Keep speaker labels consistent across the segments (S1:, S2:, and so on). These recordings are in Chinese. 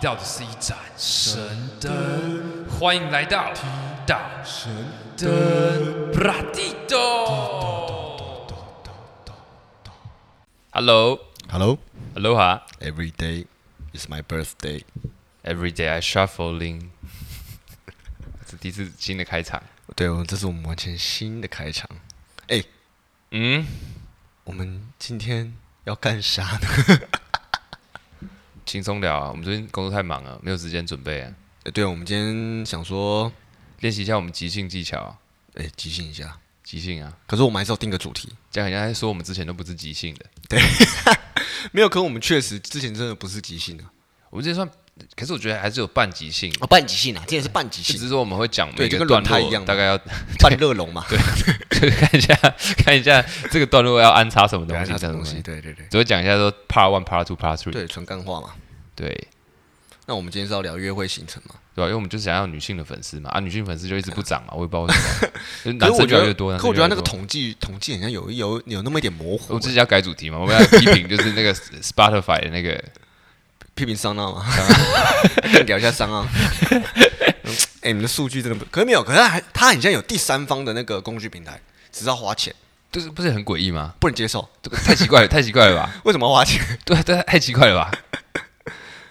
S1: 到的是一盏神灯，欢迎来到提到神灯布拉蒂多。Hello，Hello
S2: Hello,
S1: 哈
S2: every day is my birthday。
S1: ，Every day I shuffling，这第一次新的开场。
S2: 对，我们这是我们完全新的开场。哎，
S1: 嗯，
S2: 我们今天要干啥呢？
S1: 轻松聊啊，我们最近工作太忙了，没有时间准备啊，
S2: 哎对，我们今天想说，
S1: 练习一下我们即兴技巧啊，
S2: 哎，即兴一下。
S1: 即兴啊，
S2: 可是我们还是要定个主题。
S1: 这样人家在说我们之前都不是即兴的。
S2: 没有，可我们确实之前真的不是即兴啊，
S1: 我们这算，可是我觉得还是有半即兴，
S2: 啊，半即兴啊，今天是半即
S1: 就只，是说我们会讲每
S2: 对
S1: 个
S2: 就跟
S1: 段
S2: 轮胎一
S1: 落，
S2: 样嘛
S1: 大概要
S2: 半热龙 嘛，对，
S1: 就是 看一下看一下这个段落要安插什么东西，
S2: 它
S1: 这
S2: 什
S1: 样
S2: 么东
S1: 东
S2: 西？
S1: 西，
S2: 对对对，
S1: 只会讲一下说 part one、part two、part three，
S2: 对，纯干话嘛。
S1: 对
S2: 那我们今天是要聊约会行程嘛？
S1: 对吧？因为我们就想要女性的粉丝嘛，啊，女性粉丝就一直不涨 嘛，我也不知道为什么，就是
S2: 可
S1: 男
S2: 是我
S1: 生
S2: 觉
S1: 越来越
S2: 得，
S1: 多。
S2: 可我觉得那个
S1: 统，
S2: 统计统计好像有有有那么一点模
S1: 我
S2: 糊啊
S1: 们，自己要改主题嘛，我们要批评就是 那个 Spotify 的那个
S2: 批评商浪嘛， 聊一下商 浪。哎、你们的数据真的不，可是没有，可是他还他很像有第三方的那个工具平台，只是要花钱，
S1: 就是不是很诡异吗？
S2: 不能接受。
S1: 这个太奇怪了，太奇怪了 吧？
S2: 为什么要花钱？
S1: 对对，太奇怪了吧？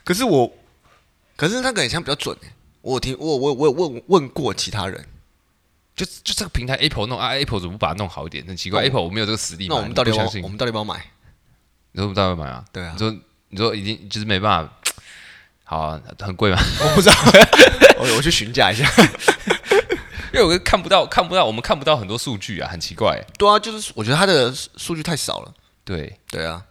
S2: 可是我，可是那个很像比较准、欸。我有听我我我有问问过其他人，
S1: 就就这个平台 Apple 弄啊，Apple 怎么不把它弄好一点？很奇怪
S2: 那我
S1: ，Apple 我没有这个实力嘛，
S2: 哦那我们
S1: 你
S2: 到底
S1: 不
S2: 要
S1: 相
S2: 不
S1: 信
S2: 要我？们到底要不要买？
S1: 你说不知道会买啊？
S2: 对啊
S1: 你说你说已经就是没办法，好啊、很贵嘛，
S2: 我不知道， 我我去询价一下。
S1: 因为我看不到看不到我们看不到很多数据啊，很奇怪欸。
S2: 对啊，就是我觉得他的数数据太少了。
S1: 对，
S2: 对啊，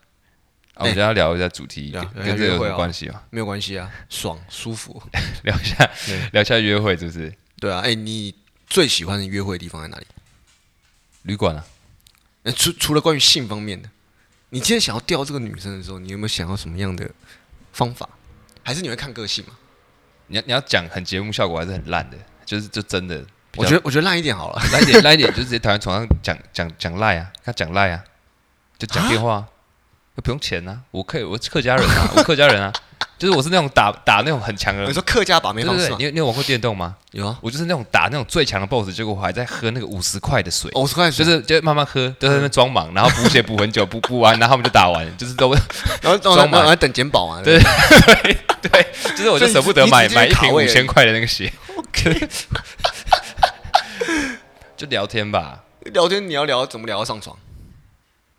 S1: 啊、我们今天要聊一下主题，
S2: 对啊
S1: 跟
S2: 聊
S1: 跟
S2: 一
S1: 这个
S2: 下
S1: 有
S2: 约
S1: 什
S2: 会
S1: 么
S2: 啊
S1: 关系吗？
S2: 没有关系啊，爽舒服。
S1: 聊一下 聊一下约会是不是？
S2: 对啊，哎、你最喜欢的约会的地方在哪里？
S1: 旅馆啊，
S2: 那除除了关于性方面的，你今天想要钓这个女生的时候，你有没有想要什么样的方法？还是你会看个性嘛？
S1: 你要你要讲很节目效果还是很烂的，就是就真的比较，
S2: 我觉得我觉得烂一点好了。
S1: 烂一 点烂一点，就直接躺在床上讲讲讲赖啊，跟他讲赖啊，就讲电话、啊，又不用钱啊，我客我客家人啊， 我客家人啊，就是我是那种打打那种很强的
S2: 你
S1: 人。
S2: 说客家把妹
S1: 对
S2: 方
S1: 嗯对
S2: 式
S1: 对，
S2: 吗
S1: 你？有你有玩过电动吗？
S2: 有啊，
S1: 我就是那种打那种最强的 BOSS，结果我还在喝那个五十块的水，
S2: 哦我是快
S1: 就
S2: 就是
S1: 是就慢慢喝，就在那边装忙，然后补血补很久，补补完，然后他们就打完，就是都
S2: 然后然后
S1: 装
S2: 然
S1: 满
S2: 后还等捡宝啊。
S1: 对对，就是我就舍不得买
S2: 所以你
S1: 买一
S2: 直你直接卡
S1: 瓶五
S2: 位
S1: 千块的那个血， 就聊天吧。
S2: 聊天你要聊怎么聊到上床？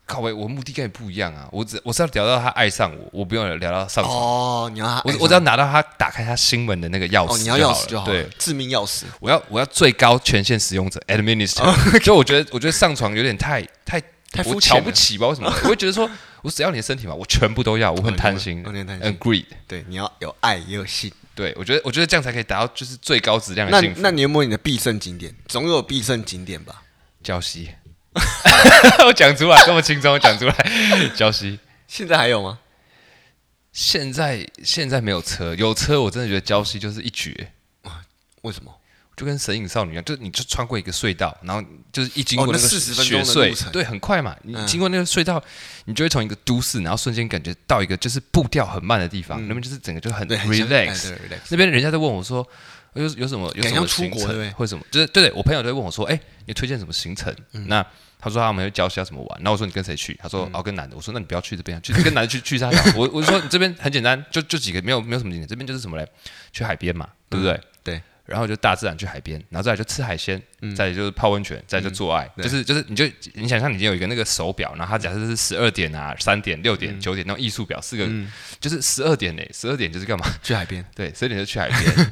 S1: 靠喂，我目的跟你不一样啊，我只我是要聊到他爱上我，我不用聊到上床，
S2: 哦，你要他
S1: 我
S2: 爱上
S1: 我只要拿到他打开他心门的那个钥
S2: 哦，
S1: 匙
S2: 你
S1: 就好
S2: 要
S1: 了，
S2: 钥匙就好了，
S1: 对，
S2: 致命钥匙。
S1: 我要我要最高权限使用者 administrator，、就 我觉得我觉得上床有点太太
S2: 太
S1: 我
S2: 肤浅
S1: 瞧
S2: 了
S1: 不起吧？ 为什么？我会觉得说我只要你的身体嘛，我全部都要，我很贪心，
S2: 有点贪
S1: 很
S2: 心。
S1: greed。
S2: 对，你要有爱也有性。
S1: 对我觉得我觉得这样才可以达到就是最高质量的
S2: 那
S1: 幸福。
S2: 那你有没有你的必胜景点？总有必胜景点吧？
S1: 娇 妻，我讲出来这么轻松，我讲出来娇妻。
S2: 现在还有吗？
S1: 现在现在没有车，有车我真的觉得娇妻就是一绝。
S2: 为什么？
S1: 就跟神隐少女一样，就是你就穿过一个隧道，然后就是一经过
S2: 哦那
S1: 个
S2: 40分
S1: 雪
S2: 钟的
S1: 隧，
S2: 路程
S1: 对，很快嘛。你
S2: 嗯
S1: 经过那个隧道，你就会从一个都市，然后瞬间感觉到一个就是步调很慢的地方，那边就是整个就很
S2: 嗯对很像哎
S1: relax。
S2: 对，relax。
S1: 那边人家在问我说，哦有有什么有什
S2: 感觉
S1: 么
S2: 像出
S1: 行
S2: 国对不对
S1: 程，或者什么，就是对对，我朋友在问我说，哎，你推荐什么行程？
S2: 嗯
S1: 那他说他们会教要怎么玩，然后我说你跟谁去？他说哦跟男的，我说那你不要去这边啊，去 跟男的去去沙岛。我我说你这边很简单，就就几个没有没有什么景点，这边就是什么嘞，去海边嘛，对不对？
S2: 对，
S1: 然后就大自然去海边，然后再来就吃海鲜，
S2: 嗯
S1: 再来就是泡温泉，再来就做爱，就是就是你就你想象你已经有一个那个手表，然后它假设是十二点
S2: 嗯
S1: 啊、三点、六点、九点那种艺术表，四个、就是十二点嘞、欸十二点就是 干嘛？
S2: 去海 边
S1: 对，十二点就去海边，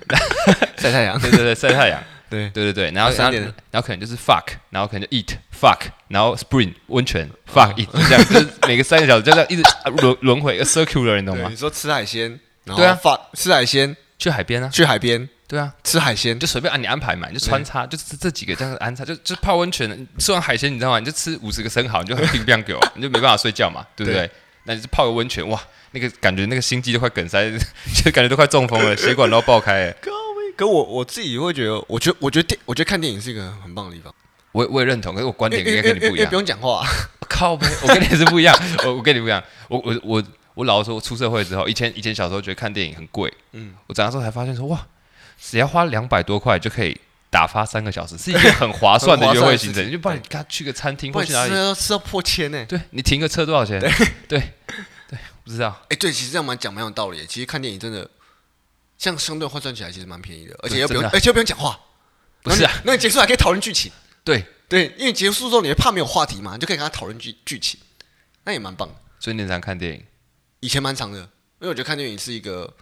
S2: 晒太阳。
S1: 对对对，晒太阳，
S2: 对，
S1: 对对对，然后然
S2: 哦三
S1: 后
S2: 点
S1: 然后可能就是 fuck，然后可能就 eat fuck，然后 spring 温
S2: 哦
S1: 泉 fuck eat，就这样，就是每个三个小时就这样一直啊轮轮回一个 circular，你懂
S2: 对，
S1: 吗
S2: 你？说吃海鲜，然后
S1: 对啊
S2: 放吃海鲜，
S1: 去海边啊，
S2: 去海边
S1: 对啊，
S2: 吃海鲜
S1: 你，就随便按你安排嘛，你就穿插，就是这几个这样安插，就就泡温泉，你吃完海鲜你知道吗？你就吃五十个生蚝，你就很冰冰狗，你就没办法睡觉嘛，对不对？那你就泡个温泉，哇，那个感觉那个心肌都快梗塞， 就感觉都快中风了，血管都要爆开了。
S2: 可我我自己会觉得，我觉得我觉得电，我觉得看电影是一个很棒的地方，
S1: 我我也认同，可是我观
S2: 因为
S1: 点应
S2: 因
S1: 该
S2: 为
S1: 跟你
S2: 因
S1: 不
S2: 为
S1: 一
S2: 因为
S1: 样
S2: 不。用讲话，
S1: 靠背，我跟你是不一样，我我跟你不一样，我我我我老实说，我出社会之后，以前以前小时候觉得看电影很贵，嗯，我长大之后才发现说，哇，只要花两百多块就可以打发三个小时，是一个很划算的
S2: 很划
S1: 约
S2: 算
S1: 会
S2: 的
S1: 行
S2: 事
S1: 程。
S2: 情
S1: 你就不然你跟他去个餐厅
S2: 不
S1: 或
S2: 然
S1: 去哪里，
S2: 吃吃到破千呢、
S1: 对你停个车多少钱？对对不知道，
S2: 哎、对，其实这样蛮讲蛮有道理的。其实看电影真的，像相对换算起来，其实蛮便宜的，而且又不用，
S1: 真的啊
S2: 而且又不用讲话。
S1: 不是啊
S2: 然后你，那你结束还可以讨论剧情。
S1: 对，
S2: 对，因为结束之后你会怕没有话题嘛，你就可以跟他讨论剧剧情，那也蛮棒的。
S1: 所以你很常看电影，
S2: 以前蛮长的，因为我觉得看电影是一个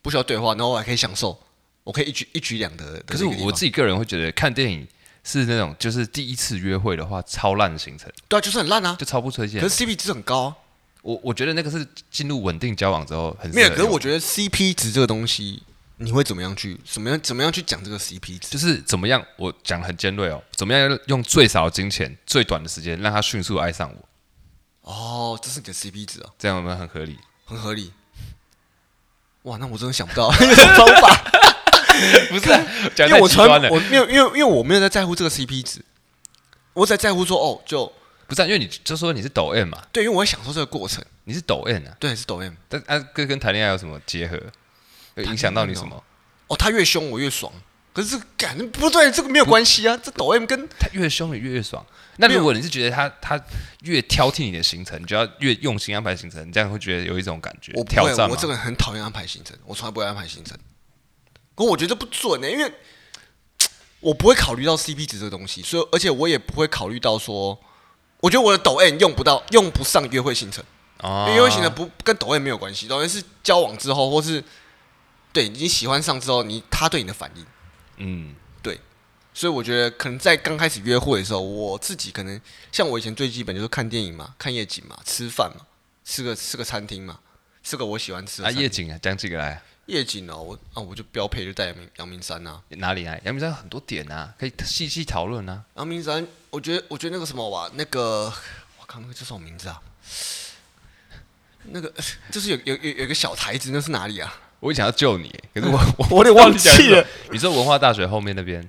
S2: 不需要对话，然后我还可以享受，我可以一举一举两得的。
S1: 可是我我自
S2: 己
S1: 己个人会觉得看电影是那种就是第一次约会的话，超烂的行程，
S2: 对啊，就是很烂啊，
S1: 就超不推荐
S2: 可。是 CP 值很高、啊。
S1: 我我觉得那个是进入稳定交往之后很适
S2: 没有，
S1: 合
S2: 可是我
S1: 用
S2: 觉得 CP 值这个东西，你会怎么样去，怎么样怎么样去讲这个 CP 值？
S1: 就是怎么样，我讲得很尖锐哦，怎么样用最少的金钱、最短的时间让他迅速爱上我，
S2: 哦，这是你的 CP 值哦，
S1: 这样有没有很合理？
S2: 很合理。哇，那我真的想不到 这种方 法，
S1: 不是啊、讲
S2: 因为
S1: 太
S2: 我
S1: 极
S2: 从来
S1: 端了，
S2: 我没有，因为因为我没有在在乎这个 CP 值，我只在在乎说哦，就
S1: 不是、啊，因为你就说你是抖 M 嘛，
S2: 对，因为我会享受这个过程。
S1: 你是抖 M 啊，
S2: 对，是抖 M
S1: 但啊跟跟谈恋爱有什么结合？有影响到你什么？
S2: 哦，他越凶我越爽，可是这个感不对，这个没有关系啊，这抖 M 跟
S1: 他越凶你越越爽。那
S2: 没有
S1: 如果你是觉得他他越挑剔你的行程，你就要越用心安排行程，你这样会觉得有一种感觉
S2: 我不
S1: 挑
S2: 会，
S1: 战
S2: 我
S1: 吗？
S2: 这个人很讨厌安排行程，我从来不会安排行程。可我觉得不准欸呢、因为我不会考虑到 CP 值这个东西，所以而且我也不会考虑到说，我觉得我的抖 M 用不到，用不上约会行程，因
S1: 哦
S2: 为约会行程不跟抖 M 没有关系，抖 M 是交往之后或是对你喜欢上之后，你他对你的反应，
S1: 嗯，
S2: 对，所以我觉得可能在刚开始约会的时候，我自己可能像我以前最基本就是看电影嘛，看夜景嘛，吃饭嘛，吃个吃个餐厅嘛，吃个我喜欢吃的
S1: 啊
S2: 餐厅
S1: 夜景啊，讲几个来啊、
S2: 夜景哦，我啊我就标配就带阳明阳明山啊呐、
S1: 哪里来？阳明山有很多点啊，可以细细讨论啊。
S2: 阳明山，我觉得我觉得那个什么哇，那个我靠，那个叫什么名字啊？那个 就是有有有有一个小台子，那是哪里啊？
S1: 我想要救你，可 是我我
S2: 我有点忘记了。
S1: 你说文化大学后面那边，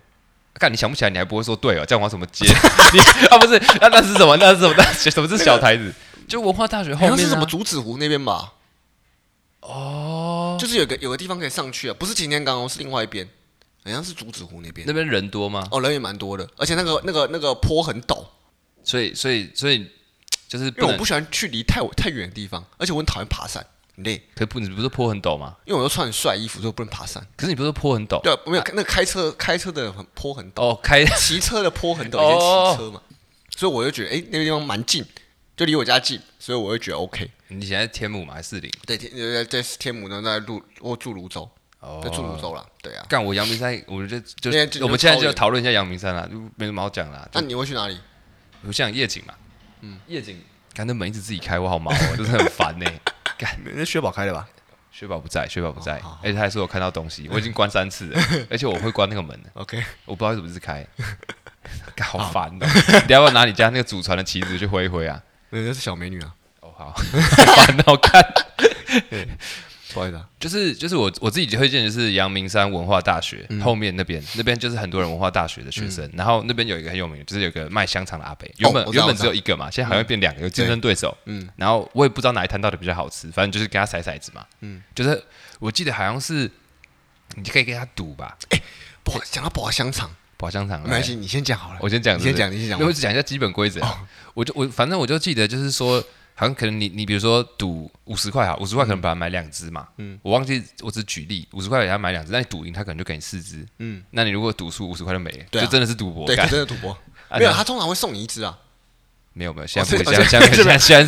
S1: 看你想不起来，你还不会说对哦，这样我要怎么 接？你 啊不是，那那是什么？那是什么？那什么是小台子？就文化大学
S2: 好
S1: 后
S2: 像
S1: 面
S2: 是
S1: 啊
S2: 什么竹子湖那边吧？
S1: 哦，
S2: 就是有个有个地方可以上去啊，不是擎天岗哦，是另外一边，好像是竹子湖那边
S1: 那。边人多吗？
S2: 哦，人也蛮多的，而且那个那个那个坡很陡，
S1: 所以所以所以就是
S2: 因为
S1: 不
S2: 我
S1: 能
S2: 不，喜欢去离太太远的地方，而且我很讨厌爬山，很累，
S1: 可不你不是坡很陡吗？
S2: 因为我又穿很帅衣服，所以我不能爬山。
S1: 可是你不是说坡很陡？
S2: 对啊，没有那个开车开车的很坡很 陡。
S1: 哦，开
S2: 骑车的坡很陡，以
S1: 哦
S2: 前骑车嘛，所以我就觉得，哎、那个地方蛮近，就离我家近，所以我就觉得 OK。
S1: 你现在天母嘛还是士林？
S2: 对，天在在天母那在路，我住泸州，
S1: 哦
S2: 在住泸州啦，对啊。
S1: 干我阳明山，我觉得就
S2: 现在就
S1: 我们现在
S2: 就
S1: 就
S2: 超远啊
S1: 讨论一下阳明山啦，就没什么好讲啦。就
S2: 那你会去哪里？
S1: 不像夜景嘛，嗯，夜景，看那门一直自己开，我好毛哦， 真的很烦呢、干，
S2: 那薛宝开的吧
S1: 薛宝不在，薛宝不在，而且他还说我看到东西，我已经关三次了，而且我会关那个门的，
S2: ？OK，
S1: 我不知道怎么是开，干好烦哦、 你要不要拿你家那个祖传的旗子去挥一挥啊？
S2: 那那是小美女啊，
S1: 哦，好， 烦哦，看，
S2: 不好意思啊。
S1: 就是就是我我自己推荐的是阳明山文化大学、
S2: 嗯
S1: 后面那边，那边就是很多人文化大学的学生，然后那边有一个很有名的，就是有个卖香肠的阿伯，原本、
S2: 哦我知
S1: 原
S2: 道嗯
S1: 本只有一个嘛，现在好像变两个，有竞争对手，嗯，然后我也不知道哪一摊到底比较好吃，反正就是给他甩骰子嘛，嗯，就是我记得好像是你可以跟他赌吧，
S2: 不好，讲到不好香肠，
S1: 保香肠，
S2: 没关系，你先讲好了。
S1: 哎 我先讲，
S2: 你
S1: 是
S2: 先
S1: 不是
S2: 讲，你先讲哦
S1: 因为。我只讲一下基本规则啊、我就我反正我就记得，就是说，好像可能你你比如说赌五十块哈，五十块可能本来买两只嘛，嗯，我忘记我只举例，五十块给他买两只，那你赌赢他可能就给你四只，嗯，那你如果赌输五十块就没了，
S2: 对啊
S1: 就真的是赌博，
S2: 对，
S1: 干
S2: 真的赌博，
S1: 啊
S2: 没有，
S1: 那
S2: 他通常会送你一只啊。
S1: 没有没有，现在
S2: 哦
S1: 不会，
S2: 这
S1: 现在现在
S2: 这
S1: 现在
S2: 边
S1: 现在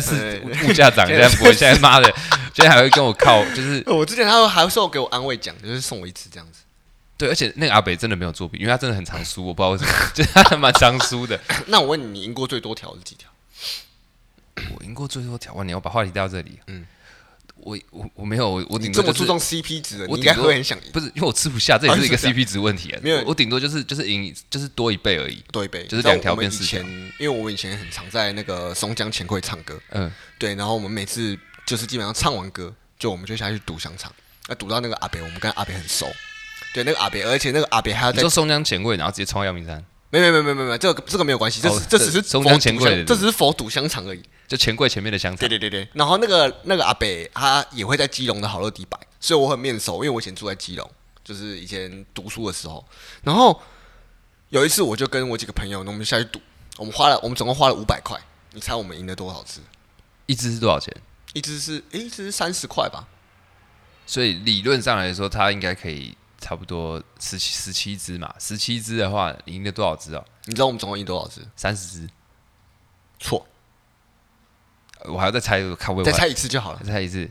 S1: 是物价涨，现在不会，现在妈的，现在还会跟我靠，就是
S2: 我之前他还会送给我安慰奖，就是送我一只这样子。
S1: 对，而且那个阿北真的没有作弊，因为他真的很常输，我不知道为什么， 就是他蛮常输的，
S2: 那我问你，你赢过最多条是几条？
S1: 我赢过最多条，哇，你要把话题带到这里，嗯，我我我没有，我我
S2: 你
S1: 顶
S2: 这
S1: 多
S2: 么
S1: 就是
S2: 注重 CP 值的，
S1: 我
S2: 你应该
S1: 顶多
S2: 会很想赢
S1: 不是，因为我吃不下，这也是一个
S2: 啊你吃
S1: CP 值问题啊。
S2: 没有
S1: 我顶多就是就是赢，就是多一倍而已。
S2: 多一倍，
S1: 就是
S2: 你知道
S1: 两条
S2: 我们
S1: 变四
S2: 以前，因为我们以前很常在那个松江钱柜唱歌，
S1: 嗯，
S2: 对，然后我们每次就是基本上唱完歌，就我们就下去赌香肠，那赌到那个阿北，我们跟阿北很熟，对，那个阿北，而且那个阿北还要
S1: 你
S2: 在
S1: 说，松江钱柜，然后直接冲到阳明山，
S2: 没没没没没没，这个这个没有关系，这
S1: 哦
S2: 是这只是
S1: 松
S2: 否
S1: 江钱
S2: 赌
S1: 柜
S2: 香
S1: 的
S2: 这只是否赌香肠而已，
S1: 就钱柜前面的香
S2: 对
S1: 肠。
S2: 对对对，然后那个那个阿北他也会在基隆的好乐迪摆，所以我很面熟，因为我以前住在基隆，就是以前读书的时候。然后有一次我就跟我几个朋友，我们下去赌，我们花了我们总共花了五百块，你猜我们赢了多少只？
S1: 一只是多少钱？
S2: 一只是诶一只是三十块吧，
S1: 所以理论上来说，它应该可以差不多十七十七只嘛。十七只的话，赢了多少只哦？
S2: 你知道我们总共赢多少只？
S1: 三十只。
S2: 错，
S1: 呃我还要再猜，看会不
S2: 再
S1: 会
S2: 猜一次就好了
S1: 再，猜一次。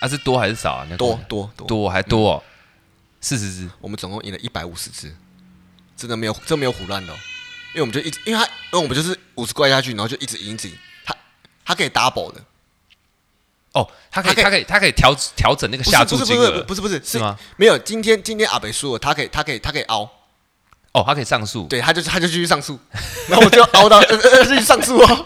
S1: 啊，是多还是少啊？你要看
S2: 多
S1: 看
S2: 多多，
S1: 多还多哦，四十只。
S2: 我们总共赢了一百五十只，真的没有真没有胡乱的、哦，因为我们就一直因为他因为我们就是五十块下去，然后就一直赢一直赢，他他可以 double 的。
S1: 哦，它可以，
S2: 它可以
S1: 它可以，它可以调调整那个
S2: 不
S1: 下
S2: 是不
S1: 注
S2: 是
S1: 金
S2: 不是
S1: 额，
S2: 不是不是是
S1: 是吗？
S2: 没有，今天今天阿北输了，他可以他可以他可以凹，
S1: 哦，它可以上诉。
S2: 对，他就他就继续上 诉，然后我就凹到呃呃继续上诉哦，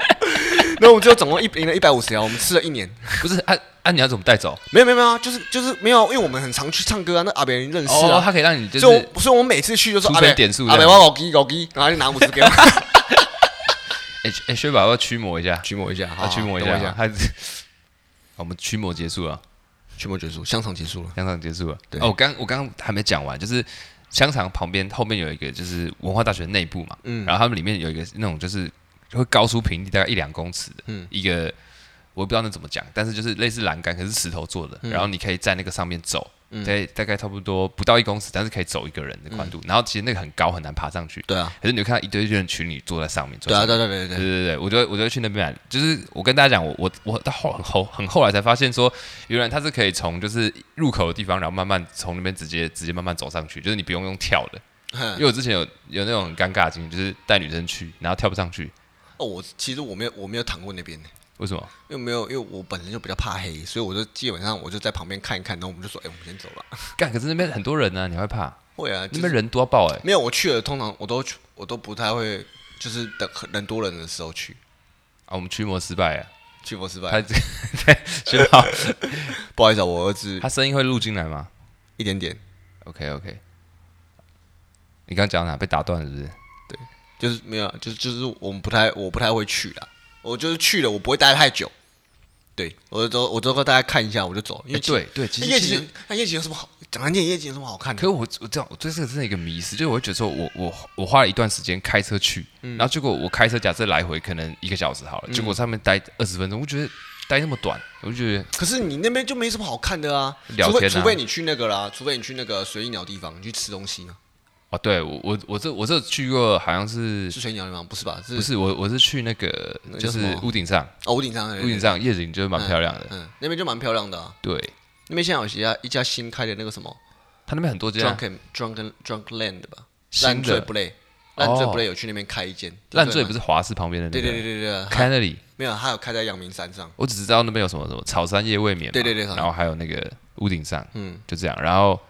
S2: 然后我们就总共一赢了一百五十啊，我们吃了一年，
S1: 不是，啊啊，你要怎么带走？
S2: 没有没有没有啊，就是就是没有，因为我们很常去唱歌啊，那阿北人认识
S1: 哦，
S2: 啊，
S1: 它可以让你就
S2: 所以
S1: 是
S2: 我所以我们每次去就说啊
S1: 出
S2: 阿
S1: 生
S2: 北
S1: 点数
S2: 阿北
S1: 这
S2: 我
S1: 样
S2: 搞基搞基，然后他就拿五十 给我，
S1: 哎哎，薛宝要不要驱魔一下，
S2: 驱魔一下，
S1: 要驱魔一
S2: 等我
S1: 下，
S2: 一下，
S1: 他我们驱魔结束了，
S2: 驱魔结束，香肠结束了，
S1: 香肠结束了。
S2: 对
S1: 哦，我刚我刚刚还没讲完，就是香肠旁边后面有一个就是文化大学内部嘛，
S2: 嗯
S1: 然后他们里面有一个那种就是会高出平地大概一两公尺的，
S2: 嗯
S1: 一个我也不知道那怎么讲，但是就是类似栏杆，可是石头做的，然后你可以在那个上面走。
S2: 嗯
S1: 对，大概差不多不到一公尺，但是可以走一个人的宽度。然后其实那个很高，很难爬上去。
S2: 对啊
S1: 可是你会看到一堆人群里坐在上面，坐
S2: 对
S1: 在
S2: 啊
S1: 上面
S2: 对对对对
S1: 对
S2: 对，
S1: 对对，我就会我就会去那边买。就是我跟大家讲，我我我到后很后很后来才发现说，原来它是可以从就是入口的地方，然后慢慢从那边直接直接慢慢走上去，就是你不用用跳的。因
S2: 哼
S1: 为我之前有有那种很尴尬的经历，就是带女生去，然后跳不上去，
S2: 哦我其实我没有我没有躺过那边呢。
S1: 为什么？
S2: 因为没有，因为我本身就比较怕黑，所以我就基本上我就在旁边看一看，然后我们就说，哎、我们先走了。
S1: 干，可是那边很多人呢、你会怕？
S2: 会啊，就
S1: 那
S2: 是
S1: 边人多到爆哎、
S2: 没有我去了，通常我都去，我都不太会，就是等人多人的时候去，
S1: 啊，我们驱魔失败 了。
S2: 去博失
S1: 他
S2: 败。
S1: 对，学好，
S2: 不好意思、啊，我儿子
S1: 他声音会录进来吗
S2: 一点点，
S1: ？OK OK。你刚讲到哪？被打断了是不是？
S2: 就是没有啊，就是就是我们不太，我不太会去啦。我就是去了，我不会待太久。对，我都我都跟大家看一下，我就走了。因为
S1: 哎对对，其
S2: 其实，
S1: 实
S2: 夜
S1: 其实
S2: 景，那夜景有什么好？讲难听，夜景有什么好看的
S1: 可？是我我这样，我对这个真的一个迷失，就是我会觉得说我我我花了一段时间开车去，
S2: 嗯
S1: 然后结果我开车假设来回可能一个小时好了，结果上面待二十分钟，我觉得待那么短，我就觉得
S2: 可是你那边就没什么好看的啊，
S1: 聊
S2: 除非
S1: 天啊
S2: 除非你去那个啦，除非你去那个随意鸟地方，你去吃东西啊。
S1: 哦，对我我我这我这去过好像是
S2: 是水鸟地方？不是吧？是
S1: 不是我我是去那个
S2: 那
S1: 就
S2: 叫什
S1: 是
S2: 么
S1: 屋顶上，
S2: 哦，屋顶上
S1: 屋顶上夜景就是蛮漂亮的，
S2: 嗯，那边就蛮漂亮的、啊。
S1: 对，
S2: 那边现在有一家一家新开的那个什么
S1: 它那边很多家
S2: drunken drunken drunk land 吧，烂
S1: 啊新
S2: 醉
S1: 的
S2: 不累，烂醉
S1: 哦
S2: 不累有去那边开一间，
S1: 烂醉不
S2: 蛮
S1: 是华师旁边的那
S2: 对
S1: 个，
S2: 对对对对，
S1: 开
S2: 开
S1: 那里，
S2: 没有，还有开在阳明山上，
S1: 我只知道那边有什么什么草山夜未眠嘛，
S2: 对对对草山
S1: 然后还有那个屋顶上。
S2: 嗯，
S1: 就这样。然后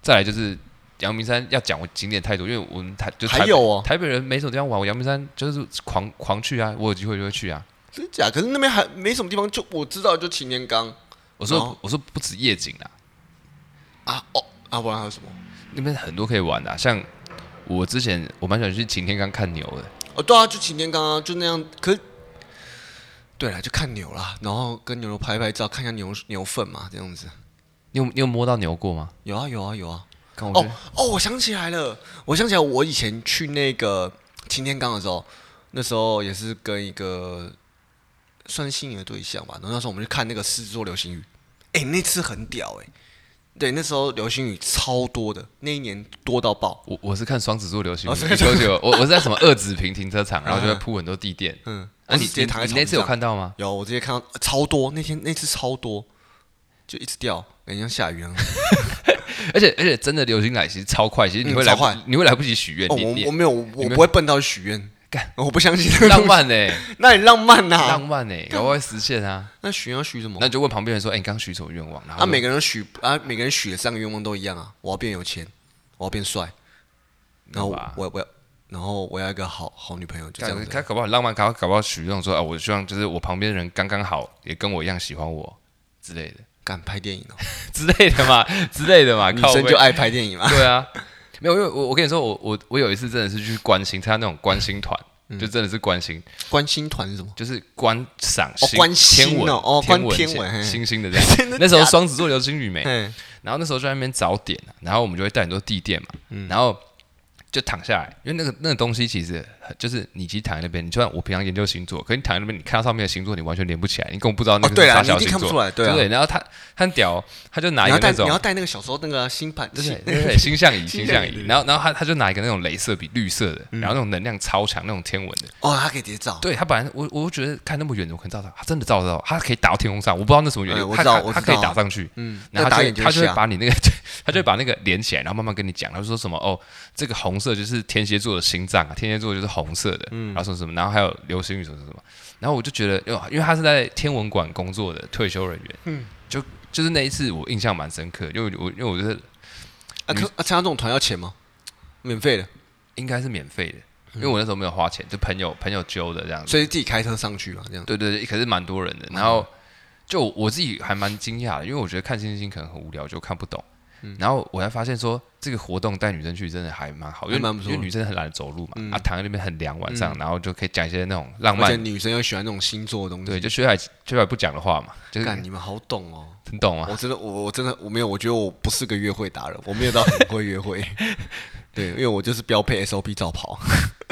S1: 再来就是阳明山要讲我景点太多，因为我们台就台
S2: 还有哦
S1: 台北人没什么地方玩，我阳明山就是狂狂去啊，我有机会就会去啊。
S2: 真假？可是那边还没什么地方，就我知道就擎天岗
S1: 我说、
S2: 哦
S1: 我说不止夜景啊，
S2: 啊哦啊，不然还有什么？
S1: 那边很多可以玩的啊、像我之前我蛮喜欢去擎天岗看牛的，
S2: 哦对啊，就擎天岗啊，就那样。可是对了，就看牛啦，然后跟牛拍拍照，看一下牛牛粪嘛，这样子。
S1: 你有你有摸到牛过吗？
S2: 有啊有啊有啊，
S1: 看我
S2: 哦
S1: 觉得、
S2: 哦，我想起来了，我想起来，我以前去那个擎天岗的时候，那时候也是跟一个算是心仪的对象吧，然后那时候我们去看那个狮子座流星雨，哎、那次很屌哎、对，那时候流星雨超多的，那一年多到爆，
S1: 我我是看双子座流星雨，
S2: 哦
S1: 一 九九我我是在什么二子坪停车场，然后就会铺很多地垫。
S2: 嗯，
S1: 啊，
S2: 我是
S1: 你
S2: 直接躺在
S1: 你
S2: 床
S1: 你那次有
S2: 上
S1: 看到吗？
S2: 有，我直接看到呃超多，那天那次超多，就一直掉，感觉像下 雨一样。啊
S1: 而且而且真的流星来其实超快，其实你会
S2: 嗯
S1: 来
S2: 超快
S1: 不你会来不及许愿，
S2: 哦，
S1: 你
S2: 我我
S1: 你
S2: 没有，我我不会笨到去许愿，
S1: 干，
S2: 我不相信这个
S1: 浪
S2: 东西，
S1: 漫呢、
S2: 那你浪漫呐、
S1: 浪漫呢、欸，搞不好会实现啊。
S2: 那许愿要许什么？
S1: 那你就问旁边人说：“哎、你刚许什么愿望？”然后
S2: 啊，每个人许啊，每个人许的三个愿望都一样啊，我要变有钱，我要变帅，然后
S1: 没有吧
S2: 我我要，然后我要一个好好女朋友，就这
S1: 这
S2: 样
S1: 样
S2: 子。
S1: 他搞不好很浪漫，搞搞不好许那种说：“啊，我希望就是我旁边的人刚刚好也跟我一样喜欢我之类的
S2: 敢拍电影哦，
S1: 之类的嘛，之类的嘛。”
S2: 女
S1: 靠
S2: 生
S1: 背
S2: 就爱拍电影嘛。
S1: 对啊，没有，因为我我跟你说，我我我有一次真的是去关心参加那种关心团，
S2: 嗯
S1: 就真的是关心，
S2: 观星团是什么？
S1: 就是观赏
S2: 哦
S1: 星
S2: 观星
S1: 天文
S2: 哦哦观
S1: 天文
S2: 天
S1: 星
S2: 文嘿
S1: 星星的这 样。那时候双子座流星雨没，
S2: 嗯，
S1: 然后那时候就在那边找点啊，然后我们就会带很多地垫嘛，
S2: 嗯
S1: 然后就躺下来，因为那个那个东西其实很就是你其实躺在那边，你就算我平常研究星座，可是你躺在那边，你看到上面的星座，你完全连不起来，你根本不知道那
S2: 哦
S1: 个
S2: 对
S1: 是啥
S2: 啦，你一
S1: 小
S2: 定
S1: 星
S2: 看不出
S1: 座，
S2: 来，
S1: 对
S2: 对啊
S1: 不。对？然后他他很屌哦，他就拿
S2: 你
S1: 一
S2: 要
S1: 个
S2: 带
S1: 那
S2: 你
S1: 种
S2: 要。带那个小时候那个星盘，
S1: 对
S2: 星
S1: 对对，星象仪，星
S2: 星象
S1: 象
S2: 仪对
S1: 仪，
S2: 嗯对
S1: 然后然后他他就拿一个那种镭射笔，绿色的，然后那种能量超强，那种天文的。
S2: 哦，它可以直接照。
S1: 对他本来我我觉得看那么远，我可能照到，他真的照得到，他可以打到天空上，我不知道那什么原
S2: 嗯
S1: 因，
S2: 我
S1: 他
S2: 知道
S1: 他
S2: 我知
S1: 他
S2: 道
S1: 可以打上去，
S2: 嗯，
S1: 然后他
S2: 那打
S1: 就
S2: 眼
S1: 他就会
S2: 瞎。
S1: 把你那个， 他就会把那个连起来，然后慢慢跟你讲，他就说什么哦，这个红色就是天蝎座的心脏啊，天蝎座就是红色的，
S2: 嗯
S1: 然后说什么，然后还有流星雨什么什么，然后我就觉得，哟，因为他是在天文馆工作的退休人员，
S2: 嗯
S1: 就就是那一次我印象蛮深刻，因为我因为我觉得
S2: 啊，可啊参加这种团要钱吗？免费
S1: 嗯
S2: 的，
S1: 应该是免费的，因
S2: 嗯
S1: 为我那时候没有花钱，就朋友朋友揪的这样子。
S2: 所以自己开车上去嘛，这样。
S1: 对对对，可是蛮多人的。然后就我自己还蛮惊讶的，因为我觉得看星星可能很无聊，就看不懂。
S2: 嗯
S1: 然后我才发现说，这个活动带女生去真的还蛮好，因为
S2: 还蛮不
S1: 因
S2: 错嗯
S1: 为女生很懒得走路嘛，啊躺在那边很凉，晚上然后就可以讲一些那种浪
S2: 而且
S1: 漫，
S2: 女生又喜欢那种星座的东西。
S1: 对，就薛海薛海不讲的话嘛，就是
S2: 干，你们好懂哦！
S1: 很懂啊
S2: 我。真的，我我真的我没有，我觉得我不是个约会达人，我没有到很会约 会。对，因为我就是标配 SOP 照跑。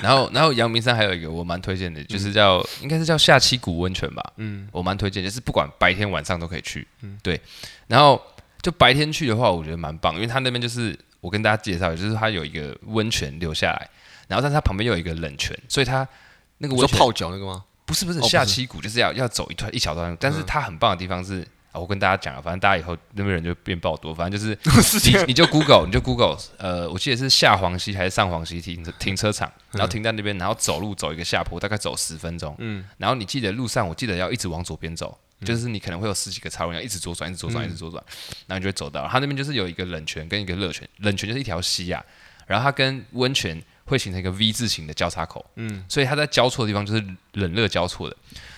S1: 然后然后阳明山还有一个我蛮推荐的，就是叫、应该是叫下七谷温泉吧，嗯，我蛮推荐，就是不管白天晚上都可以去，嗯，对。然后就白天去的话，我觉得蛮棒，因为它那边就是我跟大家介绍的，就是它有一个温泉流下来，然后但是它旁边又有一个冷泉，所以它那个
S2: 你
S1: 温
S2: 说
S1: 泉
S2: 泡脚那个吗？
S1: 不是不是
S2: 不是
S1: 下七谷就是要要走一段一小段路，但是它很棒的地方是。啊我跟大家讲啊，反正大家以后那边人就变爆多，反正就是你你就 Google 你就 Google，呃，我记得是下黄溪还是上黄溪停停车场，然后停在那边，然后走路走一个下坡，大概走十分钟，嗯，然后你记得路上我记得要一直往左边走，就是你可能会有十几个岔路，要一直左转，一直左转，一直左转，然后你就会走到它那边就是有一个冷泉跟一个热泉，冷泉就是一条溪啊，然后它跟温泉会形成一个 V 字形的交叉口，嗯，所以它在交错的地方就是冷热交错的，